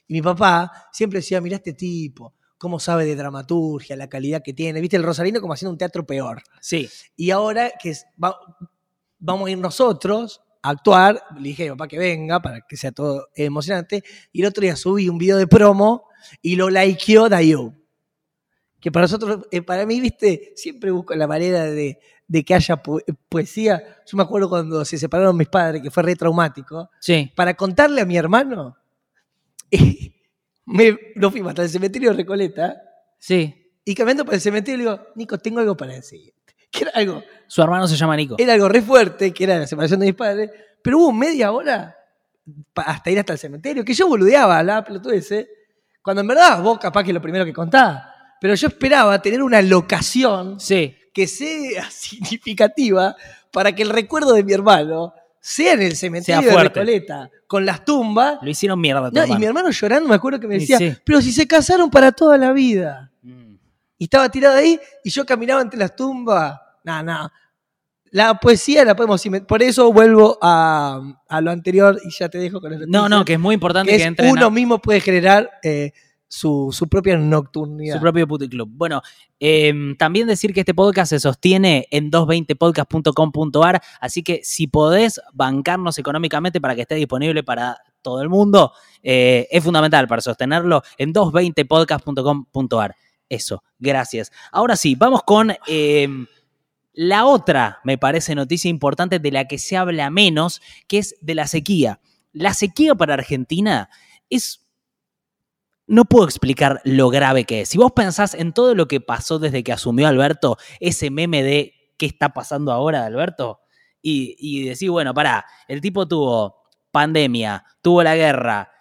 [SPEAKER 1] y mi papá siempre decía, mirá este tipo, cómo sabe de dramaturgia, la calidad que tiene. Viste, el Rosarino como haciendo un teatro peor.
[SPEAKER 2] Sí.
[SPEAKER 1] Y ahora que es- va- vamos a ir nosotros a actuar, le dije a mi papá que venga para que sea todo emocionante. Y el otro día subí un video de promo y lo likeó Dayo. Que para nosotros, eh, para mí, viste, siempre busco la manera de, de que haya po- poesía. Yo me acuerdo cuando se separaron mis padres, que fue re traumático.
[SPEAKER 2] Sí.
[SPEAKER 1] Para contarle a mi hermano, me, nos fuimos hasta el cementerio de Recoleta
[SPEAKER 2] Sí.
[SPEAKER 1] y caminando por el cementerio le digo, Nico, tengo algo para decir. Que era algo
[SPEAKER 2] Su hermano se llama Nico.
[SPEAKER 1] era algo re fuerte, que era la separación de mis padres, pero hubo media hora pa- hasta ir hasta el cementerio, que yo boludeaba la ese cuando en verdad vos capaz que es lo primero que contás, pero yo esperaba tener una locación
[SPEAKER 2] Sí.
[SPEAKER 1] que sea significativa para que el recuerdo de mi hermano sea en el cementerio de
[SPEAKER 2] fuerte.
[SPEAKER 1] Recoleta, con las tumbas.
[SPEAKER 2] Lo hicieron mierda. a tu
[SPEAKER 1] No, y
[SPEAKER 2] hermano.
[SPEAKER 1] mi hermano llorando me acuerdo que me
[SPEAKER 2] Y
[SPEAKER 1] decía,
[SPEAKER 2] sí.
[SPEAKER 1] pero si se casaron para toda la vida.
[SPEAKER 2] Mm.
[SPEAKER 1] Y estaba tirado ahí y yo caminaba entre las tumbas. Nada, nada. La poesía la podemos inventar. Por eso vuelvo a, a lo anterior y ya te dejo con el
[SPEAKER 2] No, no, que es muy importante que,
[SPEAKER 1] es
[SPEAKER 2] entren a-
[SPEAKER 1] uno mismo puede generar eh, su, su propia nocturnidad.
[SPEAKER 2] Su propio puticlub. Bueno, eh, también decir que este podcast se sostiene en 220podcast.com.ar, así que si podés bancarnos económicamente para que esté disponible para todo el mundo, eh, es fundamental para sostenerlo en 220podcast.com.ar. Eso, gracias. Ahora sí, vamos con eh, la otra, me parece, noticia importante de la que se habla menos, que es de la sequía. La sequía para Argentina es no puedo explicar lo grave que es. Si vos pensás en todo lo que pasó desde que asumió Alberto, ese meme de qué está pasando ahora de Alberto, y, y decís, bueno, pará, el tipo tuvo pandemia, tuvo la guerra,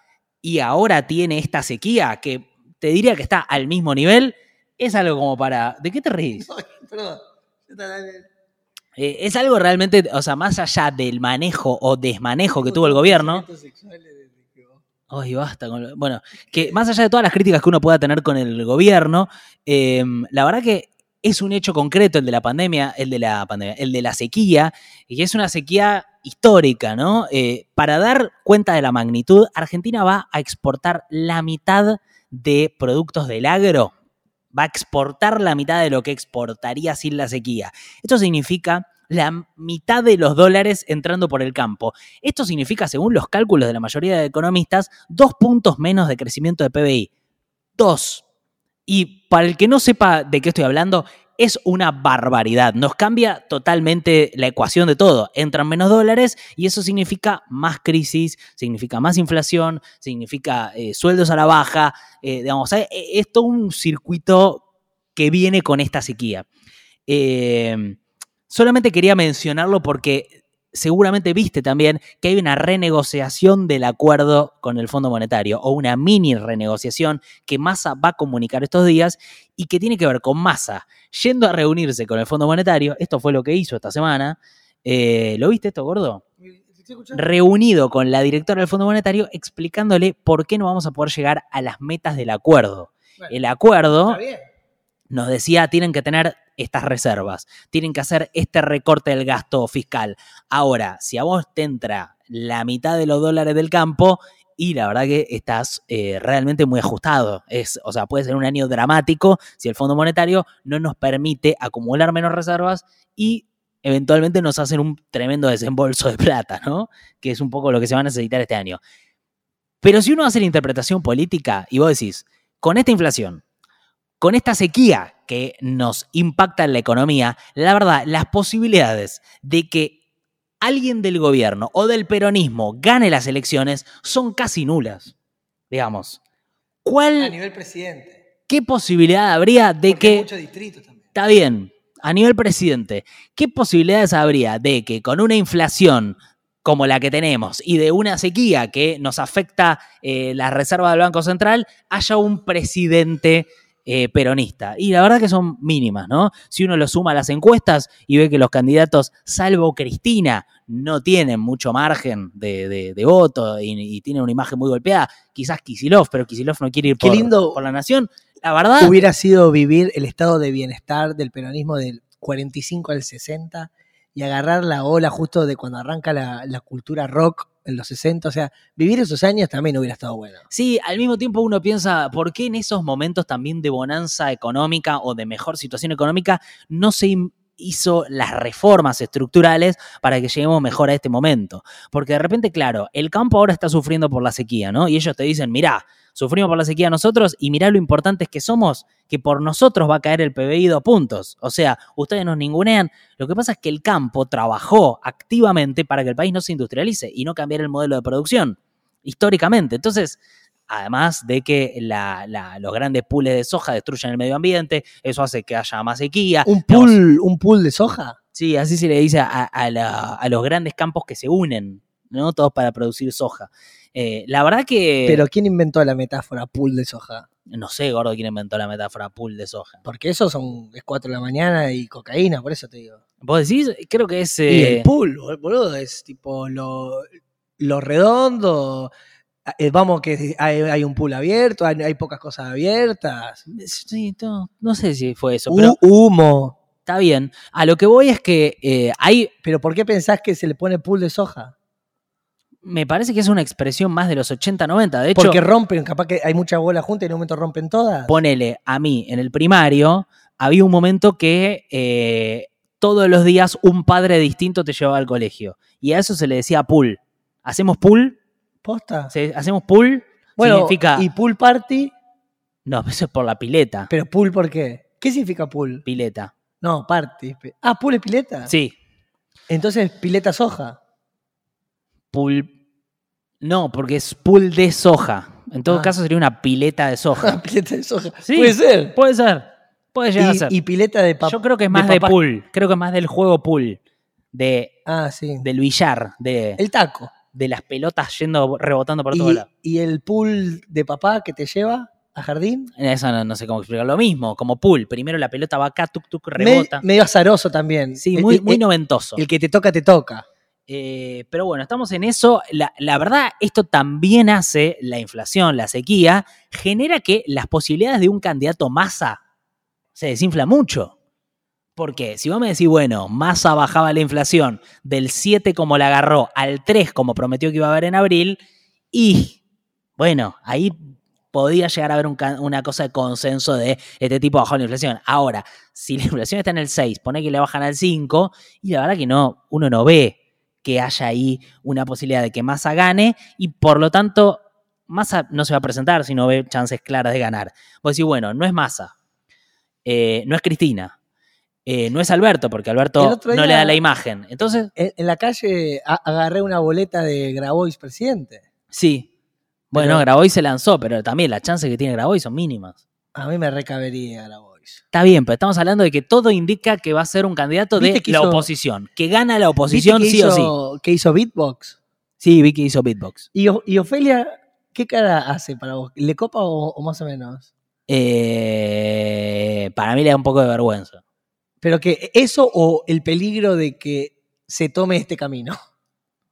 [SPEAKER 2] y ahora tiene esta sequía que te diría que está al mismo nivel, es algo como para... ¿De qué te reís?
[SPEAKER 1] Perdón.
[SPEAKER 2] Eh, es algo realmente, o sea, más allá del manejo o desmanejo que tuvo el gobierno, Ay, basta con lo- Bueno, que más allá de todas las críticas que uno pueda tener con el gobierno, eh, la verdad que es un hecho concreto el de la pandemia, el de la pandemia, el de la sequía, y es una sequía histórica, ¿no? Eh, para dar cuenta de la magnitud, Argentina va a exportar la mitad de productos del agro, va a exportar la mitad de lo que exportaría sin la sequía. Esto significa la mitad de los dólares entrando por el campo. Esto significa, según los cálculos de la mayoría de economistas, dos puntos menos de crecimiento de PBI. Dos. Y para el que no sepa de qué estoy hablando, es una barbaridad. Nos cambia totalmente la ecuación de todo. Entran menos dólares y eso significa más crisis, significa más inflación, significa eh, sueldos a la baja. eh, digamos, hay- e- es todo un circuito que viene con esta sequía. Eh, solamente quería mencionarlo porque seguramente viste también que hay una renegociación del acuerdo con el Fondo Monetario o una mini renegociación que Massa va a comunicar estos días y que tiene que ver con Massa yendo a reunirse con el Fondo Monetario. Esto fue lo que hizo esta semana. Eh, ¿Lo viste esto, gordo? reunido con la directora del Fondo Monetario explicándole por qué no vamos a poder llegar a las metas del acuerdo.
[SPEAKER 1] Bueno,
[SPEAKER 2] el acuerdo
[SPEAKER 1] Está bien.
[SPEAKER 2] nos decía tienen que tener estas reservas, tienen que hacer este recorte del gasto fiscal. Ahora, si a vos te entra la mitad de los dólares del campo y la verdad que estás eh, realmente muy ajustado, es, o sea, puede ser un año dramático si el Fondo Monetario no nos permite acumular menos reservas y eventualmente nos hacen un tremendo desembolso de plata, ¿no? Que es un poco lo que se va a necesitar este año. Pero si uno hace la interpretación política y vos decís, con esta inflación, con esta sequía que nos impacta en la economía, la verdad, las posibilidades de que alguien del gobierno o del peronismo gane las elecciones son casi nulas. digamos. ¿Cuál,
[SPEAKER 1] A nivel presidente.
[SPEAKER 2] ¿Qué posibilidad habría de
[SPEAKER 1] porque hay
[SPEAKER 2] que...
[SPEAKER 1] muchos distritos también.
[SPEAKER 2] Está bien, a nivel presidente, ¿qué posibilidades habría de que con una inflación como la que tenemos y de una sequía que nos afecta eh, las reservas del Banco Central, haya un presidente eh, peronista? Y la verdad que son mínimas, ¿no? Si uno lo suma a las encuestas y ve que los candidatos, salvo Cristina, no tienen mucho margen de, de- de voto y, y tienen una imagen muy golpeada, quizás Kisilov, pero Kisilov no quiere ir
[SPEAKER 1] Qué
[SPEAKER 2] por,
[SPEAKER 1] lindo.
[SPEAKER 2] por la nación. La verdad,
[SPEAKER 1] Hubiera sido vivir el estado de bienestar del peronismo del 45 al 60 y agarrar la ola justo de cuando arranca la, la cultura rock en los 60. O sea, vivir esos años también hubiera estado bueno.
[SPEAKER 2] Sí, al mismo tiempo uno piensa, ¿por qué en esos momentos también de bonanza económica o de mejor situación económica no se im- hizo las reformas estructurales para que lleguemos mejor a este momento? Porque de repente, claro, el campo ahora está sufriendo por la sequía, ¿no? Y ellos te dicen, mirá, sufrimos por la sequía nosotros y mirá lo importantes que somos, que por nosotros va a caer el PBI dos puntos. O sea, ustedes nos ningunean. Lo que pasa es que el campo trabajó activamente para que el país no se industrialice y no cambiar el modelo de producción históricamente. Entonces, además de que la- la- los grandes pools de soja destruyen el medio ambiente, eso hace que haya más sequía.
[SPEAKER 1] ¿Un
[SPEAKER 2] Digamos,
[SPEAKER 1] pool, un pool de soja?
[SPEAKER 2] Sí, así se le dice a, a la- a los grandes campos que se unen, ¿no? Todos para producir soja. Eh, la verdad que.
[SPEAKER 1] Pero ¿quién inventó la metáfora pool de soja?
[SPEAKER 2] No sé, gordo, quién inventó la metáfora pool de soja.
[SPEAKER 1] Porque eso son, es 4 de la mañana y cocaína, por eso te digo.
[SPEAKER 2] ¿Vos decís? Creo que es.
[SPEAKER 1] Y
[SPEAKER 2] eh,
[SPEAKER 1] el pool, bol- boludo, es tipo lo, lo redondo. a- eh, Vamos, que hay, hay un pool abierto, hay, hay pocas cosas abiertas.
[SPEAKER 2] sí, no, no sé si fue eso,
[SPEAKER 1] Hu-
[SPEAKER 2] pero
[SPEAKER 1] humo.
[SPEAKER 2] está bien. A lo que voy es que eh, hay.
[SPEAKER 1] Pero ¿por qué pensás que se le pone pool de soja?
[SPEAKER 2] Me parece que es una expresión más de los 80-90. De hecho,
[SPEAKER 1] Porque rompen, capaz que hay mucha bola junta y en un momento rompen todas.
[SPEAKER 2] ponele a mí en el primario, había un momento que eh, todos los días un padre distinto te llevaba al colegio. Y a eso se le decía pool. ¿Hacemos pool?
[SPEAKER 1] ¿Posta?
[SPEAKER 2] ¿Se- ¿Hacemos pool?
[SPEAKER 1] Bueno,
[SPEAKER 2] significa.
[SPEAKER 1] y pool party,
[SPEAKER 2] No, eso es por la pileta.
[SPEAKER 1] pero pool ¿por qué? ¿Qué significa pool?
[SPEAKER 2] Pileta.
[SPEAKER 1] No, party. pe- Ah, pool es pileta.
[SPEAKER 2] Sí,
[SPEAKER 1] Entonces, pileta soja.
[SPEAKER 2] pool. No, porque es pool de soja. En todo
[SPEAKER 1] Ah.
[SPEAKER 2] caso sería una pileta de soja.
[SPEAKER 1] pileta de soja.
[SPEAKER 2] Sí.
[SPEAKER 1] Puede ser.
[SPEAKER 2] Puede ser. Puede llegar a ser.
[SPEAKER 1] Y, y pileta de papá.
[SPEAKER 2] Yo creo que es más de, pool. Creo que es más del juego pool. De,
[SPEAKER 1] Ah, sí.
[SPEAKER 2] del billar. De,
[SPEAKER 1] El taco.
[SPEAKER 2] de las pelotas yendo rebotando por todos
[SPEAKER 1] Y,
[SPEAKER 2] lados.
[SPEAKER 1] y el pool de papá que te lleva a jardín.
[SPEAKER 2] Eso no, no sé cómo explicar. Lo mismo, como pool. Primero la pelota va acá, tuk tuk,
[SPEAKER 1] me-
[SPEAKER 2] rebota.
[SPEAKER 1] medio azaroso también.
[SPEAKER 2] sí,
[SPEAKER 1] El-
[SPEAKER 2] muy,
[SPEAKER 1] el,
[SPEAKER 2] muy
[SPEAKER 1] el-
[SPEAKER 2] noventoso.
[SPEAKER 1] el que te toca, te toca.
[SPEAKER 2] Eh, pero bueno, estamos en eso. La, la verdad, esto también hace la inflación, la sequía, genera que las posibilidades de un candidato masa se desinfla mucho. Porque si vos me decís, bueno, masa bajaba la inflación del 7 como la agarró al 3 como prometió que iba a haber en abril, y bueno, ahí podía llegar a haber un ca- una cosa de consenso de este tipo bajó la inflación. Ahora, si la inflación está en el 6, pone que le bajan al 5, y la verdad que no, uno no ve que haya ahí una posibilidad de que Massa gane y por lo tanto Massa no se va a presentar si no ve chances claras de ganar. Vos decís, bueno, no es Massa, eh, no es Cristina, eh, no es Alberto, porque
[SPEAKER 1] El
[SPEAKER 2] Alberto
[SPEAKER 1] otro
[SPEAKER 2] no
[SPEAKER 1] día-
[SPEAKER 2] le da la imagen. Entonces,
[SPEAKER 1] En, en la calle a- agarré una boleta de Grabois presidente.
[SPEAKER 2] sí. Bueno,
[SPEAKER 1] Pero-
[SPEAKER 2] Grabois se lanzó, pero también las chances que tiene Grabois son mínimas.
[SPEAKER 1] A mí me recabería Grabois.
[SPEAKER 2] Está bien, pero estamos hablando de que todo indica que va a ser un candidato de
[SPEAKER 1] ¿Viste que
[SPEAKER 2] la
[SPEAKER 1] hizo-
[SPEAKER 2] oposición, que gana la
[SPEAKER 1] ¿Viste
[SPEAKER 2] oposición
[SPEAKER 1] que
[SPEAKER 2] sí
[SPEAKER 1] hizo,
[SPEAKER 2] o sí.
[SPEAKER 1] Que hizo beatbox.
[SPEAKER 2] Sí, vi que hizo beatbox.
[SPEAKER 1] Y, O- y Ofelia, ¿qué cara hace para vos? ¿Le copa o, o más o menos?
[SPEAKER 2] Eh, para mí le da un poco de vergüenza.
[SPEAKER 1] Pero que eso o el peligro de que se tome este camino.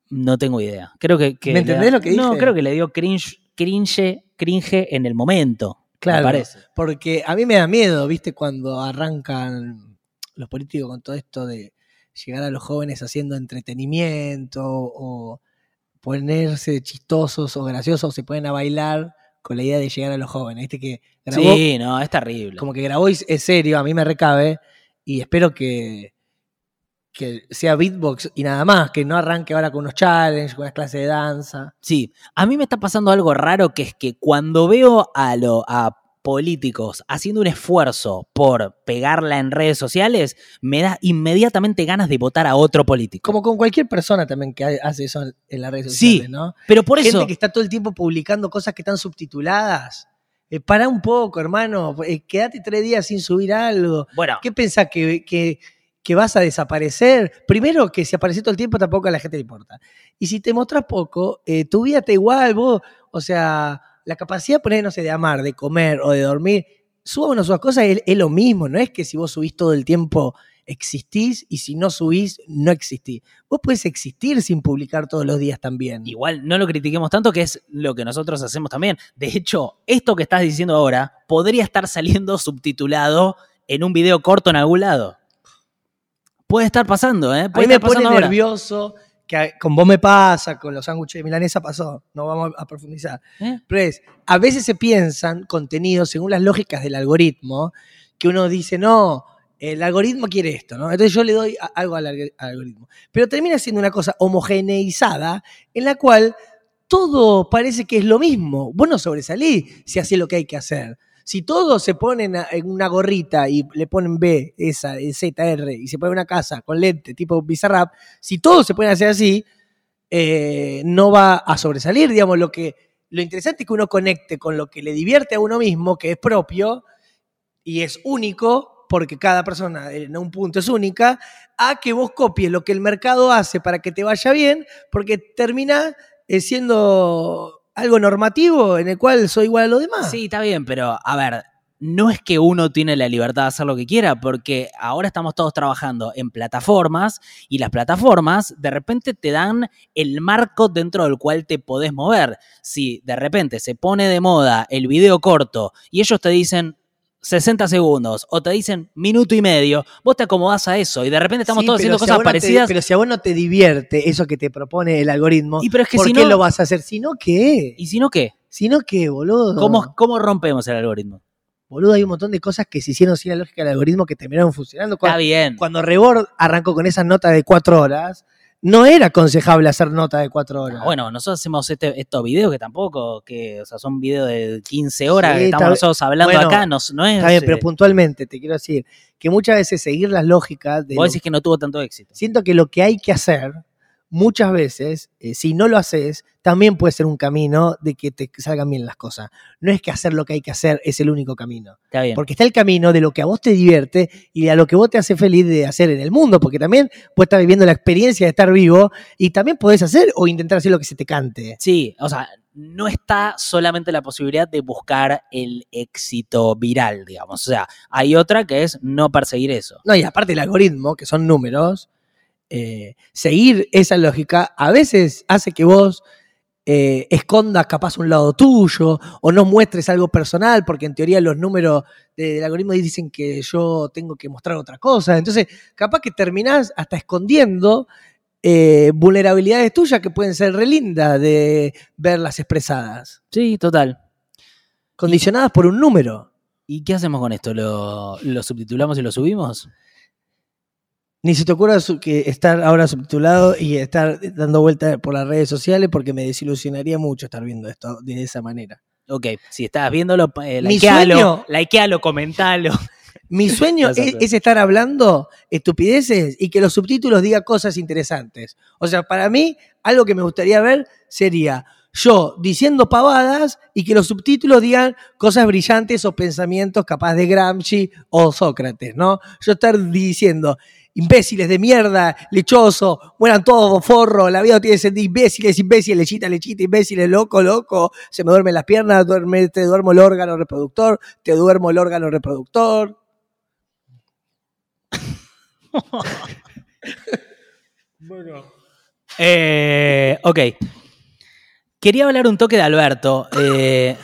[SPEAKER 2] No tengo idea. Creo que. que
[SPEAKER 1] ¿Me
[SPEAKER 2] le
[SPEAKER 1] entendés lo que
[SPEAKER 2] No,
[SPEAKER 1] dije?
[SPEAKER 2] creo que le dio cringe, cringe, cringe en el momento.
[SPEAKER 1] Claro.
[SPEAKER 2] Me parece.
[SPEAKER 1] Porque a mí me da miedo, ¿viste? Cuando arrancan los políticos con todo esto de llegar a los jóvenes haciendo entretenimiento o ponerse chistosos o graciosos, se ponen a bailar con la idea de llegar a los jóvenes. Viste que grabó,
[SPEAKER 2] Sí, no, es terrible.
[SPEAKER 1] como que grabó y es serio, a mí me recabe y espero que, que sea beatbox y nada más, que no arranque ahora con unos challenges, con unas clases de danza.
[SPEAKER 2] Sí. A mí me está pasando algo raro que es que cuando veo a, lo, a políticos haciendo un esfuerzo por pegarla en redes sociales, me da inmediatamente ganas de votar a otro político.
[SPEAKER 1] Como con cualquier persona también que ha- hace eso en las redes sociales,
[SPEAKER 2] Sí,
[SPEAKER 1] ¿no?
[SPEAKER 2] Pero por
[SPEAKER 1] Gente
[SPEAKER 2] eso,
[SPEAKER 1] que está todo el tiempo publicando cosas que están subtituladas. Eh, pará un poco, hermano. Eh, quédate tres días sin subir algo.
[SPEAKER 2] bueno,
[SPEAKER 1] ¿Qué pensás que, que- que vas a desaparecer? Primero, que si apareces todo el tiempo tampoco a la gente le importa. Y si te mostras poco, eh, tu vida está igual, vos. O sea, la capacidad, por ahí, no sé, de amar, de comer o de dormir, suba o no subas cosas, es, es lo mismo. No es que si vos subís todo el tiempo existís y si no subís, no existís. Vos podés existir sin publicar todos los días también.
[SPEAKER 2] igual no lo critiquemos tanto, que es lo que nosotros hacemos también. De hecho, esto que estás diciendo ahora podría estar saliendo subtitulado en un video corto en algún lado. Puede estar pasando, ¿eh?
[SPEAKER 1] A
[SPEAKER 2] Puede
[SPEAKER 1] mí me
[SPEAKER 2] estar
[SPEAKER 1] pone
[SPEAKER 2] pasando ahora.
[SPEAKER 1] nervioso, que a- con vos me pasa, con los sándwiches de milanesa pasó, no vamos a profundizar.
[SPEAKER 2] ¿Eh?
[SPEAKER 1] Pero es, a veces se piensan contenidos según las lógicas del algoritmo, que uno dice, no, el algoritmo quiere esto, ¿no? Entonces yo le doy a- algo al alg- al algoritmo. Pero termina siendo una cosa homogeneizada en la cual todo parece que es lo mismo. Vos no sobresalís si haces lo que hay que hacer. Si todos se ponen a- en una gorrita y le ponen B, esa, eh, Z, R, y se ponen una casa con lente tipo Bizarrap, si todos se pueden hacer así, eh, no va a sobresalir, digamos, lo que lo interesante es que uno conecte con lo que le divierte a uno mismo, que es propio y es único, porque cada persona en un punto es única, a que vos copies lo que el mercado hace para que te vaya bien, porque termina eh, siendo algo normativo en el cual soy igual a los demás.
[SPEAKER 2] Sí, está bien, pero a ver, no es que uno tiene la libertad de hacer lo que quiera, porque ahora estamos todos trabajando en plataformas y las plataformas de repente te dan el marco dentro del cual te podés mover. Si de repente se pone de moda el video corto y ellos te dicen 60 segundos o te dicen minuto y medio, vos te acomodás a eso y de repente estamos
[SPEAKER 1] Sí,
[SPEAKER 2] todos
[SPEAKER 1] pero
[SPEAKER 2] haciendo
[SPEAKER 1] si a
[SPEAKER 2] cosas
[SPEAKER 1] vos no te-
[SPEAKER 2] parecidas.
[SPEAKER 1] pero si a vos no te divierte eso que te propone el algoritmo,
[SPEAKER 2] y pero es que
[SPEAKER 1] ¿por
[SPEAKER 2] si
[SPEAKER 1] qué
[SPEAKER 2] no,
[SPEAKER 1] lo vas a hacer? Si no, ¿qué?
[SPEAKER 2] ¿y si no qué?
[SPEAKER 1] Si no, ¿qué, boludo?
[SPEAKER 2] ¿Cómo, ¿Cómo rompemos el algoritmo?
[SPEAKER 1] Boludo, hay un montón de cosas que se hicieron sin la lógica del algoritmo que terminaron funcionando. Cuando-
[SPEAKER 2] Está bien.
[SPEAKER 1] cuando Rebord arrancó con esa nota de cuatro horas, no era aconsejable hacer nota de cuatro horas.
[SPEAKER 2] Ah, bueno, nosotros hacemos este- estos videos que tampoco, que, o sea, son videos de 15 horas
[SPEAKER 1] Sí,
[SPEAKER 2] que estamos
[SPEAKER 1] está bien.
[SPEAKER 2] nosotros hablando
[SPEAKER 1] Bueno,
[SPEAKER 2] acá, no, no es.
[SPEAKER 1] Está bien, pero
[SPEAKER 2] eh,
[SPEAKER 1] puntualmente te quiero decir que muchas veces seguir las lógicas de.
[SPEAKER 2] vos
[SPEAKER 1] lo-
[SPEAKER 2] decís que no tuvo tanto éxito.
[SPEAKER 1] Siento que lo que hay que hacer, muchas veces, eh, si no lo haces, también puede ser un camino de que te salgan bien las cosas. No es que hacer lo que hay que hacer es el único camino.
[SPEAKER 2] Está bien.
[SPEAKER 1] Porque está el camino de lo que a vos te divierte y a lo que vos te hace feliz de hacer en el mundo, porque también vos estás viviendo la experiencia de estar vivo y también podés hacer o intentar hacer lo que se te cante.
[SPEAKER 2] Sí, o sea, no está solamente la posibilidad de buscar el éxito viral, digamos. O sea, hay otra que es no perseguir eso.
[SPEAKER 1] No, y aparte el algoritmo, que son números, eh, seguir esa lógica a veces hace que vos eh, escondas capaz un lado tuyo o no muestres algo personal, porque en teoría los números de- del algoritmo dicen que yo tengo que mostrar otra cosa. Entonces, capaz que terminás hasta escondiendo eh, vulnerabilidades tuyas que pueden ser relindas de verlas expresadas,
[SPEAKER 2] Sí, total.
[SPEAKER 1] condicionadas por un número.
[SPEAKER 2] ¿Y qué hacemos con esto? ¿Lo, lo subtitulamos y lo subimos?
[SPEAKER 1] Ni se te ocurra su- que estar ahora subtitulado y estar dando vueltas por las redes sociales porque me desilusionaría mucho estar viendo esto de esa manera.
[SPEAKER 2] Ok, si estás viéndolo, eh,
[SPEAKER 1] Mi
[SPEAKER 2] likealo,
[SPEAKER 1] sueño-
[SPEAKER 2] likealo, comentalo.
[SPEAKER 1] Mi sueño
[SPEAKER 2] Exacto.
[SPEAKER 1] es, es estar hablando estupideces y que los subtítulos digan cosas interesantes. O sea, para mí, algo que me gustaría ver sería yo diciendo pavadas y que los subtítulos digan cosas brillantes o pensamientos capaz de Gramsci o Sócrates, ¿no? Yo estar diciendo, imbéciles de mierda, lechoso, mueran todos, forro, la vida no tiene sentido, imbéciles, imbéciles, lechita, lechita, imbéciles, loco, loco, se me duermen las piernas, duerme, te duermo el órgano reproductor, te duermo el órgano reproductor.
[SPEAKER 2] Eh, ok. Quería hablar un toque de Alberto. eh,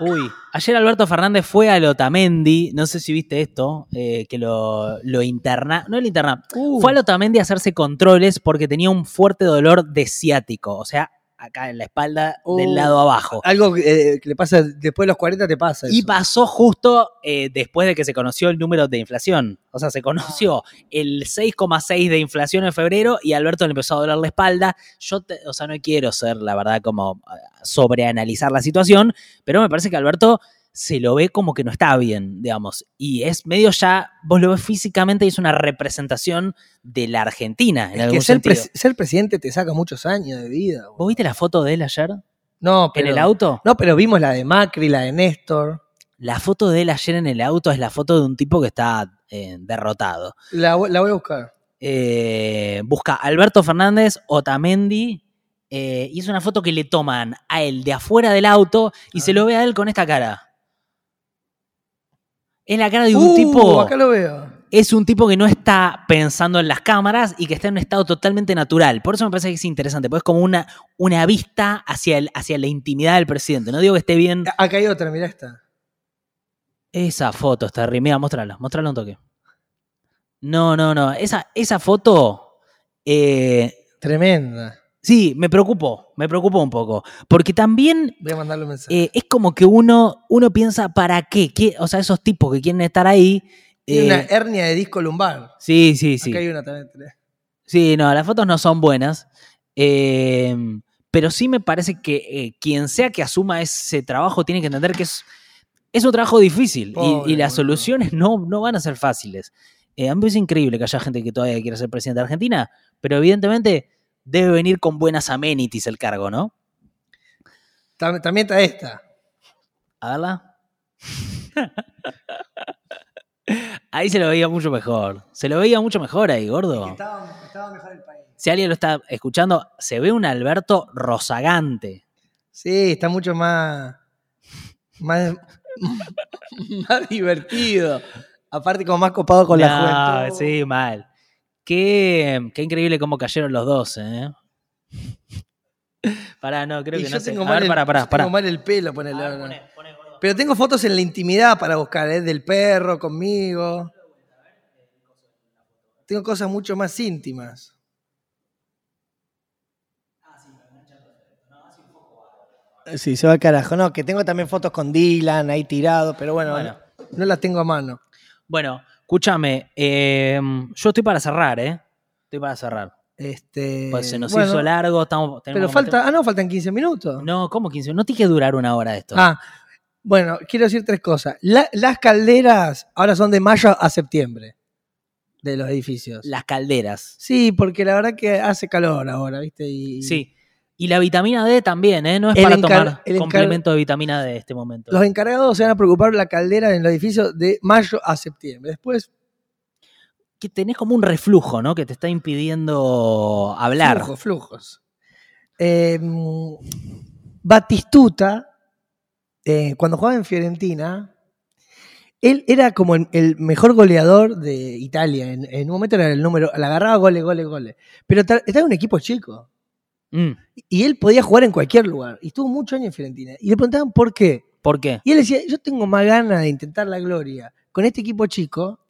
[SPEAKER 2] uy, ayer Alberto Fernández fue al Otamendi, no sé si viste esto, eh, que lo, lo interna, no el interna,
[SPEAKER 1] Uh.
[SPEAKER 2] fue al Otamendi a hacerse controles porque tenía un fuerte dolor de ciático, o sea, acá en la espalda del
[SPEAKER 1] Uh.
[SPEAKER 2] lado abajo.
[SPEAKER 1] Algo eh, que le pasa después de los 40 te pasa.
[SPEAKER 2] Y
[SPEAKER 1] eso.
[SPEAKER 2] pasó justo eh, después de que se conoció el número de inflación. O sea, se conoció el 6,6 de inflación en febrero y a Alberto le empezó a doler la espalda. Yo, te- o sea, no quiero ser, la verdad, como eh, sobreanalizar la situación, pero me parece que Alberto se lo ve como que no está bien, digamos. Y es medio ya, vos lo ves físicamente y es una representación de la Argentina, en
[SPEAKER 1] Es
[SPEAKER 2] algún
[SPEAKER 1] que ser,
[SPEAKER 2] sentido.
[SPEAKER 1] pres- ser presidente te saca muchos años de vida. boludo.
[SPEAKER 2] ¿Vos viste la foto de él ayer?
[SPEAKER 1] No, pero,
[SPEAKER 2] ¿En el auto?
[SPEAKER 1] No, pero vimos la de Macri, la de Néstor.
[SPEAKER 2] La foto de él ayer en el auto es la foto de un tipo que está eh, derrotado.
[SPEAKER 1] La, vo- la voy a buscar.
[SPEAKER 2] eh, busca Alberto Fernández, Otamendi, eh, y es una foto que le toman a él de afuera del auto y
[SPEAKER 1] Ah.
[SPEAKER 2] se lo ve a él con esta cara. Es la cara de un
[SPEAKER 1] Uh,
[SPEAKER 2] tipo.
[SPEAKER 1] Acá lo veo.
[SPEAKER 2] Es un tipo que no está pensando en las cámaras y que está en un estado totalmente natural. Por eso me parece que es interesante, porque es como una, una vista hacia, el, hacia la intimidad del presidente. No digo que esté bien.
[SPEAKER 1] Acá hay otra, mirá esta.
[SPEAKER 2] Esa foto está re. Mira, mostrala, mostrala un toque. No, no, no. Esa, esa foto. eh,
[SPEAKER 1] Tremenda.
[SPEAKER 2] Sí, me preocupó, me preocupó un poco. Porque también
[SPEAKER 1] Voy a mandarle un mensaje.
[SPEAKER 2] eh, es como que uno, uno piensa, ¿para qué? ¿Qué? O sea, esos tipos que quieren estar ahí.
[SPEAKER 1] Tiene
[SPEAKER 2] eh,
[SPEAKER 1] una hernia de disco lumbar.
[SPEAKER 2] Sí, sí, sí.
[SPEAKER 1] Acá hay una también. tenés.
[SPEAKER 2] Sí, no, las fotos no son buenas. eh, pero sí me parece que eh, quien sea que asuma ese trabajo tiene que entender que es, es un trabajo difícil y- y,
[SPEAKER 1] Pobre,
[SPEAKER 2] las
[SPEAKER 1] boludo.
[SPEAKER 2] soluciones no, no van a ser fáciles. Eh, a mí me parece increíble que haya gente que todavía quiera ser presidente de Argentina, pero evidentemente debe venir con buenas amenities el cargo, ¿no?
[SPEAKER 1] Tam- También está esta.
[SPEAKER 2] A verla. ahí se lo veía mucho mejor. Se lo veía mucho mejor ahí, gordo.
[SPEAKER 1] Estaba, mejor el país.
[SPEAKER 2] Si alguien lo está escuchando, se ve un Alberto rozagante.
[SPEAKER 1] Sí, está mucho más. Más, más divertido. Aparte, como más copado con la
[SPEAKER 2] No,
[SPEAKER 1] juventud.
[SPEAKER 2] Sí, mal. Qué, qué increíble cómo cayeron los dos, ¿eh? Pará, no, creo
[SPEAKER 1] Y
[SPEAKER 2] que
[SPEAKER 1] yo
[SPEAKER 2] no sé.
[SPEAKER 1] tengo,
[SPEAKER 2] A
[SPEAKER 1] mal
[SPEAKER 2] ver,
[SPEAKER 1] el,
[SPEAKER 2] pará, pará,
[SPEAKER 1] yo
[SPEAKER 2] pará.
[SPEAKER 1] tengo mal el pelo, ponele
[SPEAKER 2] A ver,
[SPEAKER 1] ahora.
[SPEAKER 2] Ah, poné, poné, gordo.
[SPEAKER 1] Pero tengo fotos en la intimidad para buscar, ¿eh? del perro conmigo. Tengo cosas mucho más íntimas. Eh, Sí, se va al carajo. No, que tengo también fotos con Dylan ahí tirado, pero bueno,
[SPEAKER 2] Bueno.
[SPEAKER 1] No, no las tengo a mano.
[SPEAKER 2] Bueno, escúchame. eh, yo estoy para cerrar, ¿eh? Estoy para cerrar.
[SPEAKER 1] Este,
[SPEAKER 2] Pues se nos
[SPEAKER 1] bueno,
[SPEAKER 2] hizo largo, estamos. tenemos
[SPEAKER 1] Pero
[SPEAKER 2] que
[SPEAKER 1] falta, ah, no, faltan 15 minutos.
[SPEAKER 2] No, ¿cómo 15? No tiene que durar una hora esto.
[SPEAKER 1] Ah, bueno, quiero decir tres cosas. La- las calderas ahora son de mayo a septiembre de los edificios.
[SPEAKER 2] Las calderas.
[SPEAKER 1] Sí, porque la verdad que hace calor ahora, ¿viste? Y
[SPEAKER 2] Sí. Y la vitamina D también, ¿eh? No es
[SPEAKER 1] El
[SPEAKER 2] para
[SPEAKER 1] encar-
[SPEAKER 2] tomar
[SPEAKER 1] el encar-
[SPEAKER 2] complemento de vitamina D en este momento.
[SPEAKER 1] Los encargados se van a preocupar por la caldera en los edificios de mayo a septiembre. Después,
[SPEAKER 2] Que tenés como un reflujo, ¿no? Que te está impidiendo hablar.
[SPEAKER 1] flujos, flujos. Eh, Batistuta, eh, cuando jugaba en Fiorentina, él era como el, el mejor goleador de Italia. En, en un momento era el número, la agarraba gole, gole, gole. Pero tra- estaba en un equipo chico.
[SPEAKER 2] Mm,
[SPEAKER 1] Y él podía jugar en cualquier lugar. Y estuvo muchos años en Fiorentina. Y le preguntaban por qué.
[SPEAKER 2] ¿Por qué?
[SPEAKER 1] Y él decía, yo tengo más ganas de intentar la gloria con este equipo chico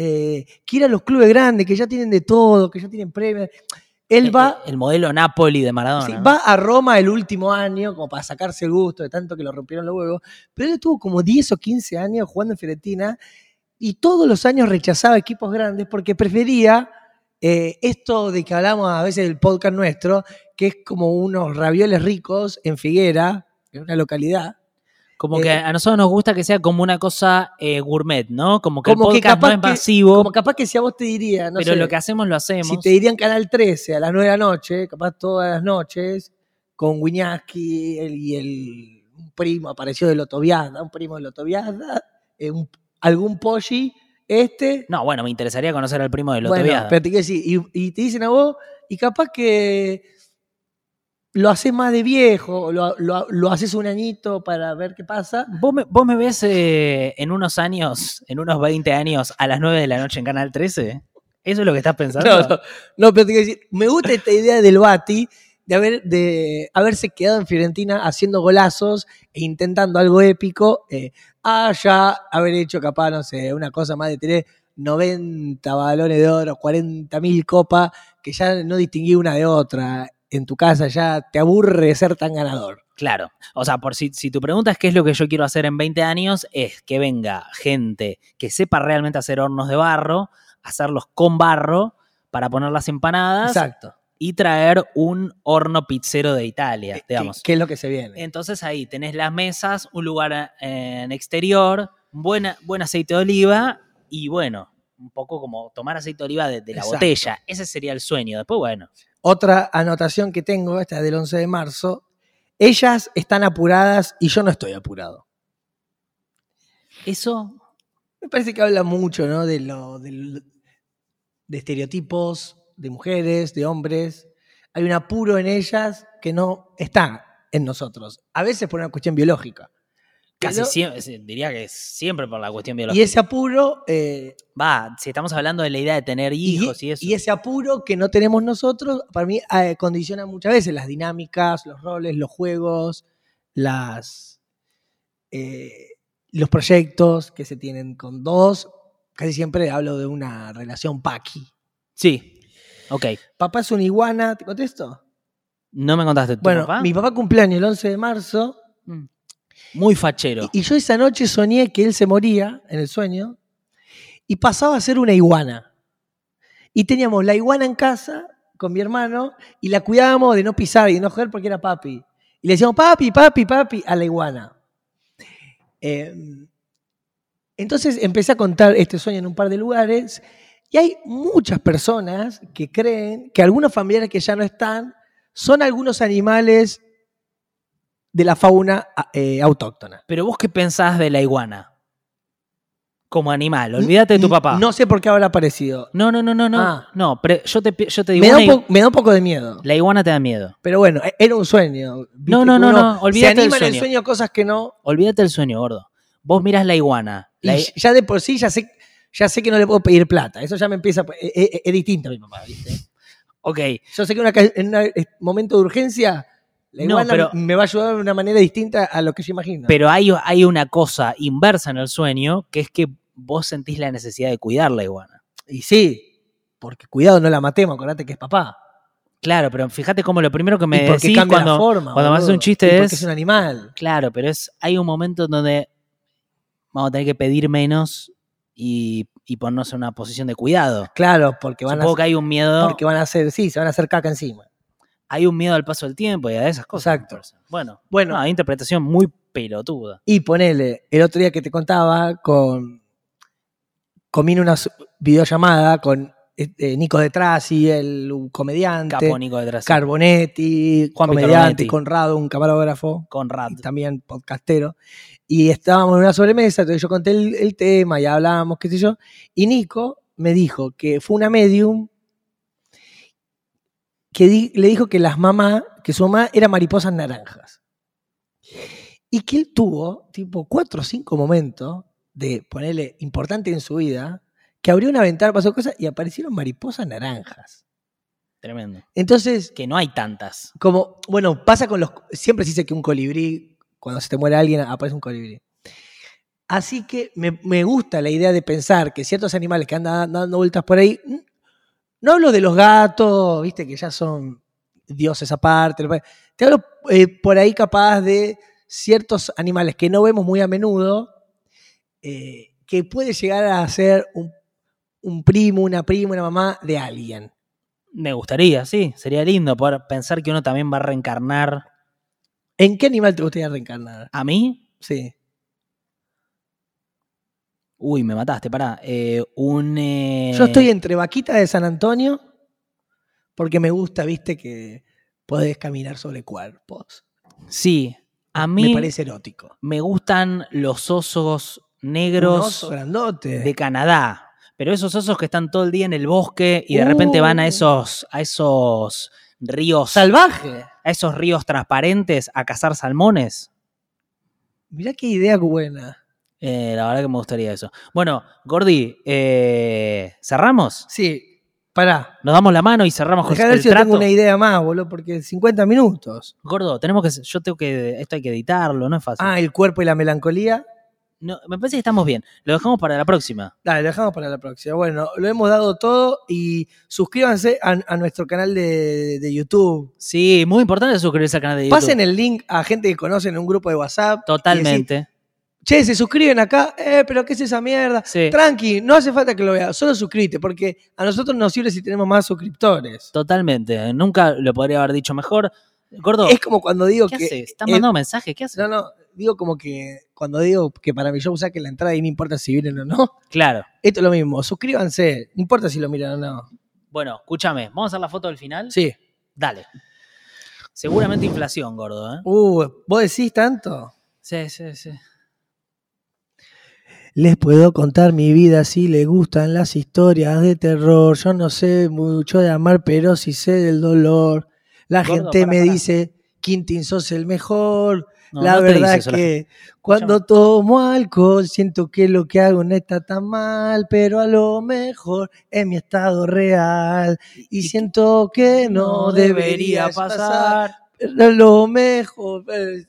[SPEAKER 1] eh, que ir a los clubes grandes, que ya tienen de todo, que ya tienen premios. Él va,
[SPEAKER 2] Eh, El, modelo Napoli de Maradona.
[SPEAKER 1] sí,
[SPEAKER 2] ¿no?
[SPEAKER 1] va a Roma el último año como para sacarse el gusto de tanto que lo rompieron los huevos, pero él estuvo como 10 o 15 años jugando en Fiorentina y todos los años rechazaba equipos grandes porque prefería eh, esto de que hablamos a veces del podcast nuestro, que es como unos ravioles ricos en Figuera, en una localidad.
[SPEAKER 2] Como que
[SPEAKER 1] eh,
[SPEAKER 2] a nosotros nos gusta que sea como una cosa eh, gourmet, ¿no? Como que
[SPEAKER 1] Como
[SPEAKER 2] el
[SPEAKER 1] que
[SPEAKER 2] podcast no
[SPEAKER 1] capaz
[SPEAKER 2] es
[SPEAKER 1] que-
[SPEAKER 2] masivo,
[SPEAKER 1] Como capaz que si a vos te diría, no
[SPEAKER 2] pero
[SPEAKER 1] sé,
[SPEAKER 2] lo que hacemos lo hacemos.
[SPEAKER 1] si te dirían Canal 13 a las 9 de la noche, capaz todas las noches, con Wiñaski el- y el un primo apareció de Lotoviada, un primo de Lotoviada, eh, un- algún Poggi, este.
[SPEAKER 2] No, bueno, me interesaría conocer al primo de
[SPEAKER 1] bueno,
[SPEAKER 2] Lotoviada.
[SPEAKER 1] pero te quiero decir, y, y te dicen a vos, y capaz que lo haces más de viejo, o lo, lo- lo haces un añito para ver qué pasa.
[SPEAKER 2] ¿Vos me, vos me ves eh, en unos años, en unos 20 años, a las 9 de la noche en Canal 13? ¿Eso es lo que estás pensando?
[SPEAKER 1] No, no, no, pero te quiero decir, me gusta esta idea del Bati de, haber, de haberse quedado en Fiorentina haciendo golazos e intentando algo épico. Eh, ah, ya haber hecho capaz, no sé, una cosa más de tener 90 balones de oro, 40 mil copas, que ya no distinguí una de otra. En tu casa ya te aburre ser tan ganador.
[SPEAKER 2] Claro. O sea, por si, si tu pregunta es qué es lo que yo quiero hacer en 20 años, es que venga gente que sepa realmente hacer hornos de barro, hacerlos con barro para poner las empanadas
[SPEAKER 1] Exacto.
[SPEAKER 2] y traer un horno pizzero de Italia, digamos.
[SPEAKER 1] Eh, ¿Qué, qué es lo que se viene?
[SPEAKER 2] Entonces ahí tenés las mesas, un lugar eh, en exterior, buena, buen aceite de oliva y bueno, un poco como tomar aceite de oliva de, de la
[SPEAKER 1] Exacto.
[SPEAKER 2] botella. Ese sería el sueño. Después, bueno,
[SPEAKER 1] Otra anotación que tengo, esta es del 11 de marzo. Ellas están apuradas y yo no estoy apurado.
[SPEAKER 2] eso
[SPEAKER 1] Me parece que habla mucho, ¿no? De, lo, del- de estereotipos, de mujeres, de hombres. Hay un apuro en ellas que no está en nosotros. A veces por una cuestión biológica.
[SPEAKER 2] casi
[SPEAKER 1] Pero-
[SPEAKER 2] siempre, sí, diría que siempre por la
[SPEAKER 1] Y
[SPEAKER 2] cuestión biológica.
[SPEAKER 1] ese apuro. eh,
[SPEAKER 2] Va, si estamos hablando de la idea de tener hijos y, eso.
[SPEAKER 1] y ese apuro que no tenemos nosotros, para mí, eh, condiciona muchas veces las dinámicas, los roles, los juegos, las, eh, los proyectos que se tienen con dos. Casi siempre hablo de una relación paqui.
[SPEAKER 2] Sí. Ok.
[SPEAKER 1] Papá es una iguana, ¿te contesto?
[SPEAKER 2] No me contaste tu
[SPEAKER 1] Bueno,
[SPEAKER 2] papá. Mm.
[SPEAKER 1] mi papá cumpleaños el 11 de marzo
[SPEAKER 2] Muy fachero.
[SPEAKER 1] y yo esa noche soñé que él se moría en el sueño y pasaba a ser una iguana. Y teníamos la iguana en casa con mi hermano y la cuidábamos de no pisar y de no joder porque era papi. Y le decíamos papi, papi, papi a la iguana. Eh, entonces empecé a contar este sueño en un par de lugares y hay muchas personas que creen que algunos familiares que ya no están son algunos animales de la fauna eh, autóctona.
[SPEAKER 2] Pero vos qué pensás de la iguana? Como animal. Olvídate de tu
[SPEAKER 1] N-
[SPEAKER 2] papá.
[SPEAKER 1] No sé por qué habrá aparecido.
[SPEAKER 2] no, no, no, no. No,
[SPEAKER 1] Ah.
[SPEAKER 2] no pero yo, te, pi- yo te digo.
[SPEAKER 1] Me da,
[SPEAKER 2] una
[SPEAKER 1] un
[SPEAKER 2] i-
[SPEAKER 1] po- me da un poco de miedo.
[SPEAKER 2] La iguana te da miedo.
[SPEAKER 1] Pero bueno, e- era un sueño. ¿viste?
[SPEAKER 2] No, no,
[SPEAKER 1] Que
[SPEAKER 2] no,
[SPEAKER 1] uno
[SPEAKER 2] no, olvídate
[SPEAKER 1] Se
[SPEAKER 2] del
[SPEAKER 1] anima en el
[SPEAKER 2] sueño.
[SPEAKER 1] sueño cosas que no.
[SPEAKER 2] Olvídate del sueño, gordo. Vos mirás la iguana.
[SPEAKER 1] y
[SPEAKER 2] La i-
[SPEAKER 1] ya de por sí ya sé, ya sé que no le puedo pedir plata. Eso ya me empieza. a- e- e- e- Es, distinto a mi papá, ¿viste?
[SPEAKER 2] ok.
[SPEAKER 1] Yo sé que una ca- en un momento de urgencia, la
[SPEAKER 2] No,
[SPEAKER 1] iguana
[SPEAKER 2] pero-
[SPEAKER 1] me va a ayudar de una manera distinta a lo que yo imagino.
[SPEAKER 2] Pero hay, hay una cosa inversa en el sueño que es que vos sentís la necesidad de cuidar la iguana.
[SPEAKER 1] y sí, porque cuidado, no la matemos, acordate que es papá.
[SPEAKER 2] Claro, pero fíjate cómo lo primero que
[SPEAKER 1] y
[SPEAKER 2] me
[SPEAKER 1] porque
[SPEAKER 2] decís
[SPEAKER 1] cambia
[SPEAKER 2] cuando,
[SPEAKER 1] la forma.
[SPEAKER 2] cuando me haces
[SPEAKER 1] boludo.
[SPEAKER 2] un chiste
[SPEAKER 1] Y porque
[SPEAKER 2] es-
[SPEAKER 1] es un animal.
[SPEAKER 2] Claro, pero es, hay un momento en donde vamos a tener que pedir menos y, y ponernos en una posición de cuidado.
[SPEAKER 1] Claro, porque van, a,
[SPEAKER 2] Supongo que hay un miedo,
[SPEAKER 1] porque van a hacer, sí, se van a hacer caca encima.
[SPEAKER 2] hay un miedo al paso del tiempo y a esas cosas. me
[SPEAKER 1] Exacto.
[SPEAKER 2] parece. Bueno,
[SPEAKER 1] Bueno,
[SPEAKER 2] no, hay interpretación muy pelotuda.
[SPEAKER 1] y ponele, el otro día que te contaba, con comí una su- videollamada con este, Nico de Trasi, el comediante,
[SPEAKER 2] Capónico detrás.
[SPEAKER 1] Carbonetti,
[SPEAKER 2] Juan Picarbonetti.
[SPEAKER 1] comediante, Conrado, un camarógrafo.
[SPEAKER 2] Conrad.
[SPEAKER 1] y también podcastero, y estábamos en una sobremesa, entonces yo conté el, el tema y hablábamos, qué sé yo, y Nico me dijo que fue una medium que di- le dijo que las mamás, que su mamá era mariposas naranjas. Y que él tuvo, tipo, cuatro o cinco momentos de ponerle importante en su vida, que abrió una ventana, pasó cosas y aparecieron mariposas naranjas.
[SPEAKER 2] Tremendo.
[SPEAKER 1] Entonces,
[SPEAKER 2] Que no hay tantas.
[SPEAKER 1] como, bueno, pasa con los. Siempre se dice que un colibrí, cuando se te muere alguien, aparece un colibrí. Así que me, me gusta la idea de pensar que ciertos animales que andan dando vueltas por ahí. mm, No hablo de los gatos, viste, que ya son dioses aparte. lo que- Te hablo eh, por ahí capaz de ciertos animales que no vemos muy a menudo, eh, que puede llegar a ser un, un primo, una prima, una mamá de alguien.
[SPEAKER 2] Me gustaría, sí. Sería lindo poder pensar que uno también va a reencarnar.
[SPEAKER 1] ¿En qué animal te gustaría reencarnar?
[SPEAKER 2] ¿A mí?
[SPEAKER 1] Sí.
[SPEAKER 2] Uy, me mataste, pará. Eh, un. eh,
[SPEAKER 1] Yo estoy entre Vaquita de San Antonio, porque me gusta, viste, que podés caminar sobre cuerpos.
[SPEAKER 2] Sí. A mí.
[SPEAKER 1] Me parece erótico.
[SPEAKER 2] Me gustan los osos
[SPEAKER 1] Un
[SPEAKER 2] negros
[SPEAKER 1] oso grandote.
[SPEAKER 2] de Canadá. Pero esos osos que están todo el día en el bosque y de repente van a
[SPEAKER 1] Uh.
[SPEAKER 2] esos, a esos ríos.
[SPEAKER 1] salvaje.
[SPEAKER 2] a esos ríos transparentes a cazar salmones.
[SPEAKER 1] Mirá qué idea buena.
[SPEAKER 2] Eh, la verdad que me gustaría eso. Bueno, Gordi, eh, ¿cerramos?
[SPEAKER 1] Sí, pará.
[SPEAKER 2] Nos damos la mano y cerramos con
[SPEAKER 1] Dejá de ver
[SPEAKER 2] el
[SPEAKER 1] si yo tengo
[SPEAKER 2] trato.
[SPEAKER 1] una idea más, boludo, porque 50 minutos.
[SPEAKER 2] Gordo, tenemos que. Yo tengo que. Esto hay que editarlo, no es fácil.
[SPEAKER 1] Ah, el cuerpo y la melancolía.
[SPEAKER 2] No, me parece que estamos bien. Lo dejamos para la próxima.
[SPEAKER 1] Dale, lo dejamos para la próxima. Bueno, lo hemos dado todo y suscríbanse a, a nuestro canal de, de YouTube.
[SPEAKER 2] Sí, muy importante suscribirse al canal de YouTube.
[SPEAKER 1] Pasen el link a gente que conocen en un grupo de WhatsApp. y decir,
[SPEAKER 2] Totalmente.
[SPEAKER 1] Che, se suscriben acá, eh, pero ¿qué es esa mierda?
[SPEAKER 2] Sí.
[SPEAKER 1] Tranqui, no hace falta que lo veas, solo suscríbete, porque a nosotros nos sirve si tenemos más suscriptores.
[SPEAKER 2] Totalmente. Nunca lo podría haber dicho mejor. Gordo,
[SPEAKER 1] Es como cuando digo
[SPEAKER 2] ¿qué
[SPEAKER 1] que.
[SPEAKER 2] haces? ¿Estás
[SPEAKER 1] eh,
[SPEAKER 2] mandando mensajes? ¿Qué haces?
[SPEAKER 1] no, no, digo como que cuando digo que para mi show saquen la entrada y no importa si vienen o no.
[SPEAKER 2] Claro.
[SPEAKER 1] Esto es lo mismo, suscríbanse, no importa si lo miran o no.
[SPEAKER 2] Bueno, escúchame. ¿Vamos a hacer la foto del final?
[SPEAKER 1] Sí.
[SPEAKER 2] Dale. Seguramente inflación, gordo, ¿eh?
[SPEAKER 1] Uh, ¿vos decís tanto?
[SPEAKER 2] Sí, sí, sí.
[SPEAKER 1] Les puedo contar mi vida si les gustan las historias de terror. Yo no sé mucho de amar, pero sí sé del dolor. La
[SPEAKER 2] Gordo,
[SPEAKER 1] gente
[SPEAKER 2] pará,
[SPEAKER 1] me
[SPEAKER 2] pará.
[SPEAKER 1] dice, Quintín, sos el mejor.
[SPEAKER 2] No,
[SPEAKER 1] la
[SPEAKER 2] no te
[SPEAKER 1] verdad
[SPEAKER 2] dice
[SPEAKER 1] es
[SPEAKER 2] eso la gente.
[SPEAKER 1] que cuando tomo alcohol siento que lo que hago no está tan mal, pero a lo mejor es mi estado real y,
[SPEAKER 2] Y-
[SPEAKER 1] siento que no, debería pasar. A lo mejor eh,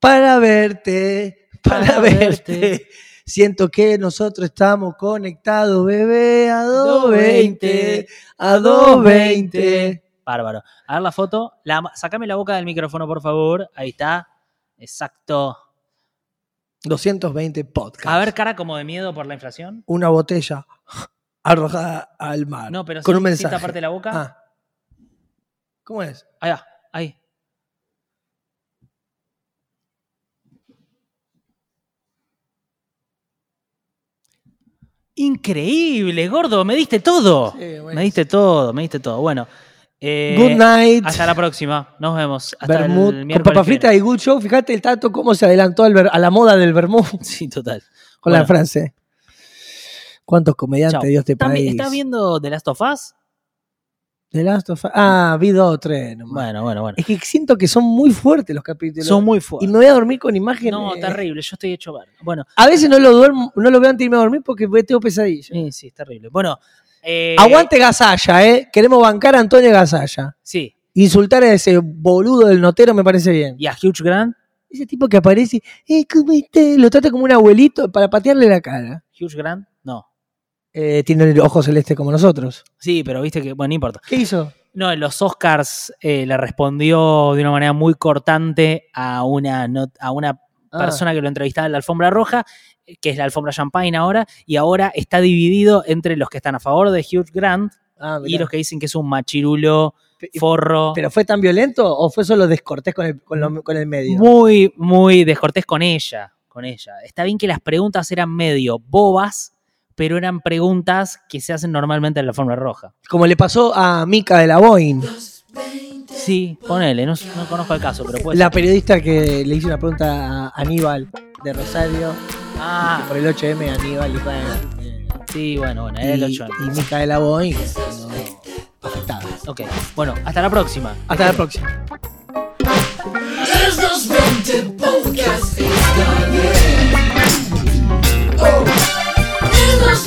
[SPEAKER 1] para verte, para,
[SPEAKER 2] Para
[SPEAKER 1] verte.
[SPEAKER 2] verte.
[SPEAKER 1] Siento que nosotros estamos conectados, bebé, a 220, a 220.
[SPEAKER 2] Bárbaro. A ver la foto. La, sacame la boca del micrófono, por favor. Ahí está. Exacto.
[SPEAKER 1] 220 podcast.
[SPEAKER 2] A ver, cara como de miedo por la inflación.
[SPEAKER 1] Una botella arrojada al mar.
[SPEAKER 2] No, pero
[SPEAKER 1] con
[SPEAKER 2] sin-
[SPEAKER 1] un
[SPEAKER 2] sin
[SPEAKER 1] mensaje.
[SPEAKER 2] taparte la boca.
[SPEAKER 1] Ah. ¿Cómo es?
[SPEAKER 2] Ahí va, ahí. Increíble, gordo, me diste todo.
[SPEAKER 1] Sí, bueno.
[SPEAKER 2] Oh. Me diste todo, me diste todo. Bueno, eh,
[SPEAKER 1] Good night.
[SPEAKER 2] hasta la próxima. Nos vemos. Hasta el
[SPEAKER 1] Bermud, con
[SPEAKER 2] miércoles
[SPEAKER 1] papa
[SPEAKER 2] que viene.
[SPEAKER 1] frita y good show. Fíjate el tato cómo se adelantó al ver- a la moda del vermú con
[SPEAKER 2] Sí, total.
[SPEAKER 1] la
[SPEAKER 2] Bueno,
[SPEAKER 1] frase. ¿Cuántos comediantes
[SPEAKER 2] chao.
[SPEAKER 1] Dios te
[SPEAKER 2] ¿Estás vi-
[SPEAKER 1] país?
[SPEAKER 2] ¿Estás viendo The Last of Us?
[SPEAKER 1] The Last of Us. Ah, vi dos o tres nomás.
[SPEAKER 2] Bueno, bueno, bueno.
[SPEAKER 1] Es que siento que son muy fuertes los capítulos.
[SPEAKER 2] Son muy
[SPEAKER 1] Y
[SPEAKER 2] fuertes.
[SPEAKER 1] me voy a dormir con imágenes.
[SPEAKER 2] No, terrible, yo estoy hecho ver. Bueno,
[SPEAKER 1] A veces no lo duermo, no lo veo antes de irme a dormir porque tengo pesadillas.
[SPEAKER 2] sí, sí, es terrible. Bueno, eh,
[SPEAKER 1] Aguante Gasalla, ¿eh? Queremos bancar a Antonio Gasalla.
[SPEAKER 2] Sí,
[SPEAKER 1] Insultar a ese boludo del notero me parece bien.
[SPEAKER 2] y a Huge Grant.
[SPEAKER 1] Ese tipo que aparece, eh, ¿cómo estás? Lo trata como un abuelito para patearle la cara.
[SPEAKER 2] Huge Grant, no.
[SPEAKER 1] Eh, tiene el ojo celeste como nosotros.
[SPEAKER 2] Sí, pero viste que, bueno, no importa.
[SPEAKER 1] ¿Qué hizo?
[SPEAKER 2] No, en los Oscars eh, le respondió de una manera muy cortante a una, not- a una
[SPEAKER 1] Ah.
[SPEAKER 2] persona que lo entrevistaba en la alfombra roja, eh, que es la alfombra champagne ahora, y ahora está dividido entre los que están a favor de Hugh Grant
[SPEAKER 1] Ah, mirá.
[SPEAKER 2] y los que dicen que es un machirulo,
[SPEAKER 1] Pe-
[SPEAKER 2] forro,
[SPEAKER 1] ¿Pero fue tan violento o fue solo descortés con el, con lo- con el medio?
[SPEAKER 2] muy, muy descortés con ella, con ella. Está bien que las preguntas eran medio bobas, pero eran preguntas que se hacen normalmente en la alfombra roja.
[SPEAKER 1] Como le pasó a Mica de la Boeing.
[SPEAKER 2] Sí, ponele, no, no conozco el caso, pero puede
[SPEAKER 1] La periodista que le hizo una pregunta a Aníbal de Rosario
[SPEAKER 2] ser. Ah,
[SPEAKER 1] por el 8M, Aníbal y Rae, eh,
[SPEAKER 2] sí, bueno, bueno,
[SPEAKER 1] y,
[SPEAKER 2] el 8.
[SPEAKER 1] y Micaela Boeing. no, afectada.
[SPEAKER 2] Ok, bueno, hasta la próxima.
[SPEAKER 1] Hasta la próxima.
[SPEAKER 3] Es 220 Podcast está bien. Oh, es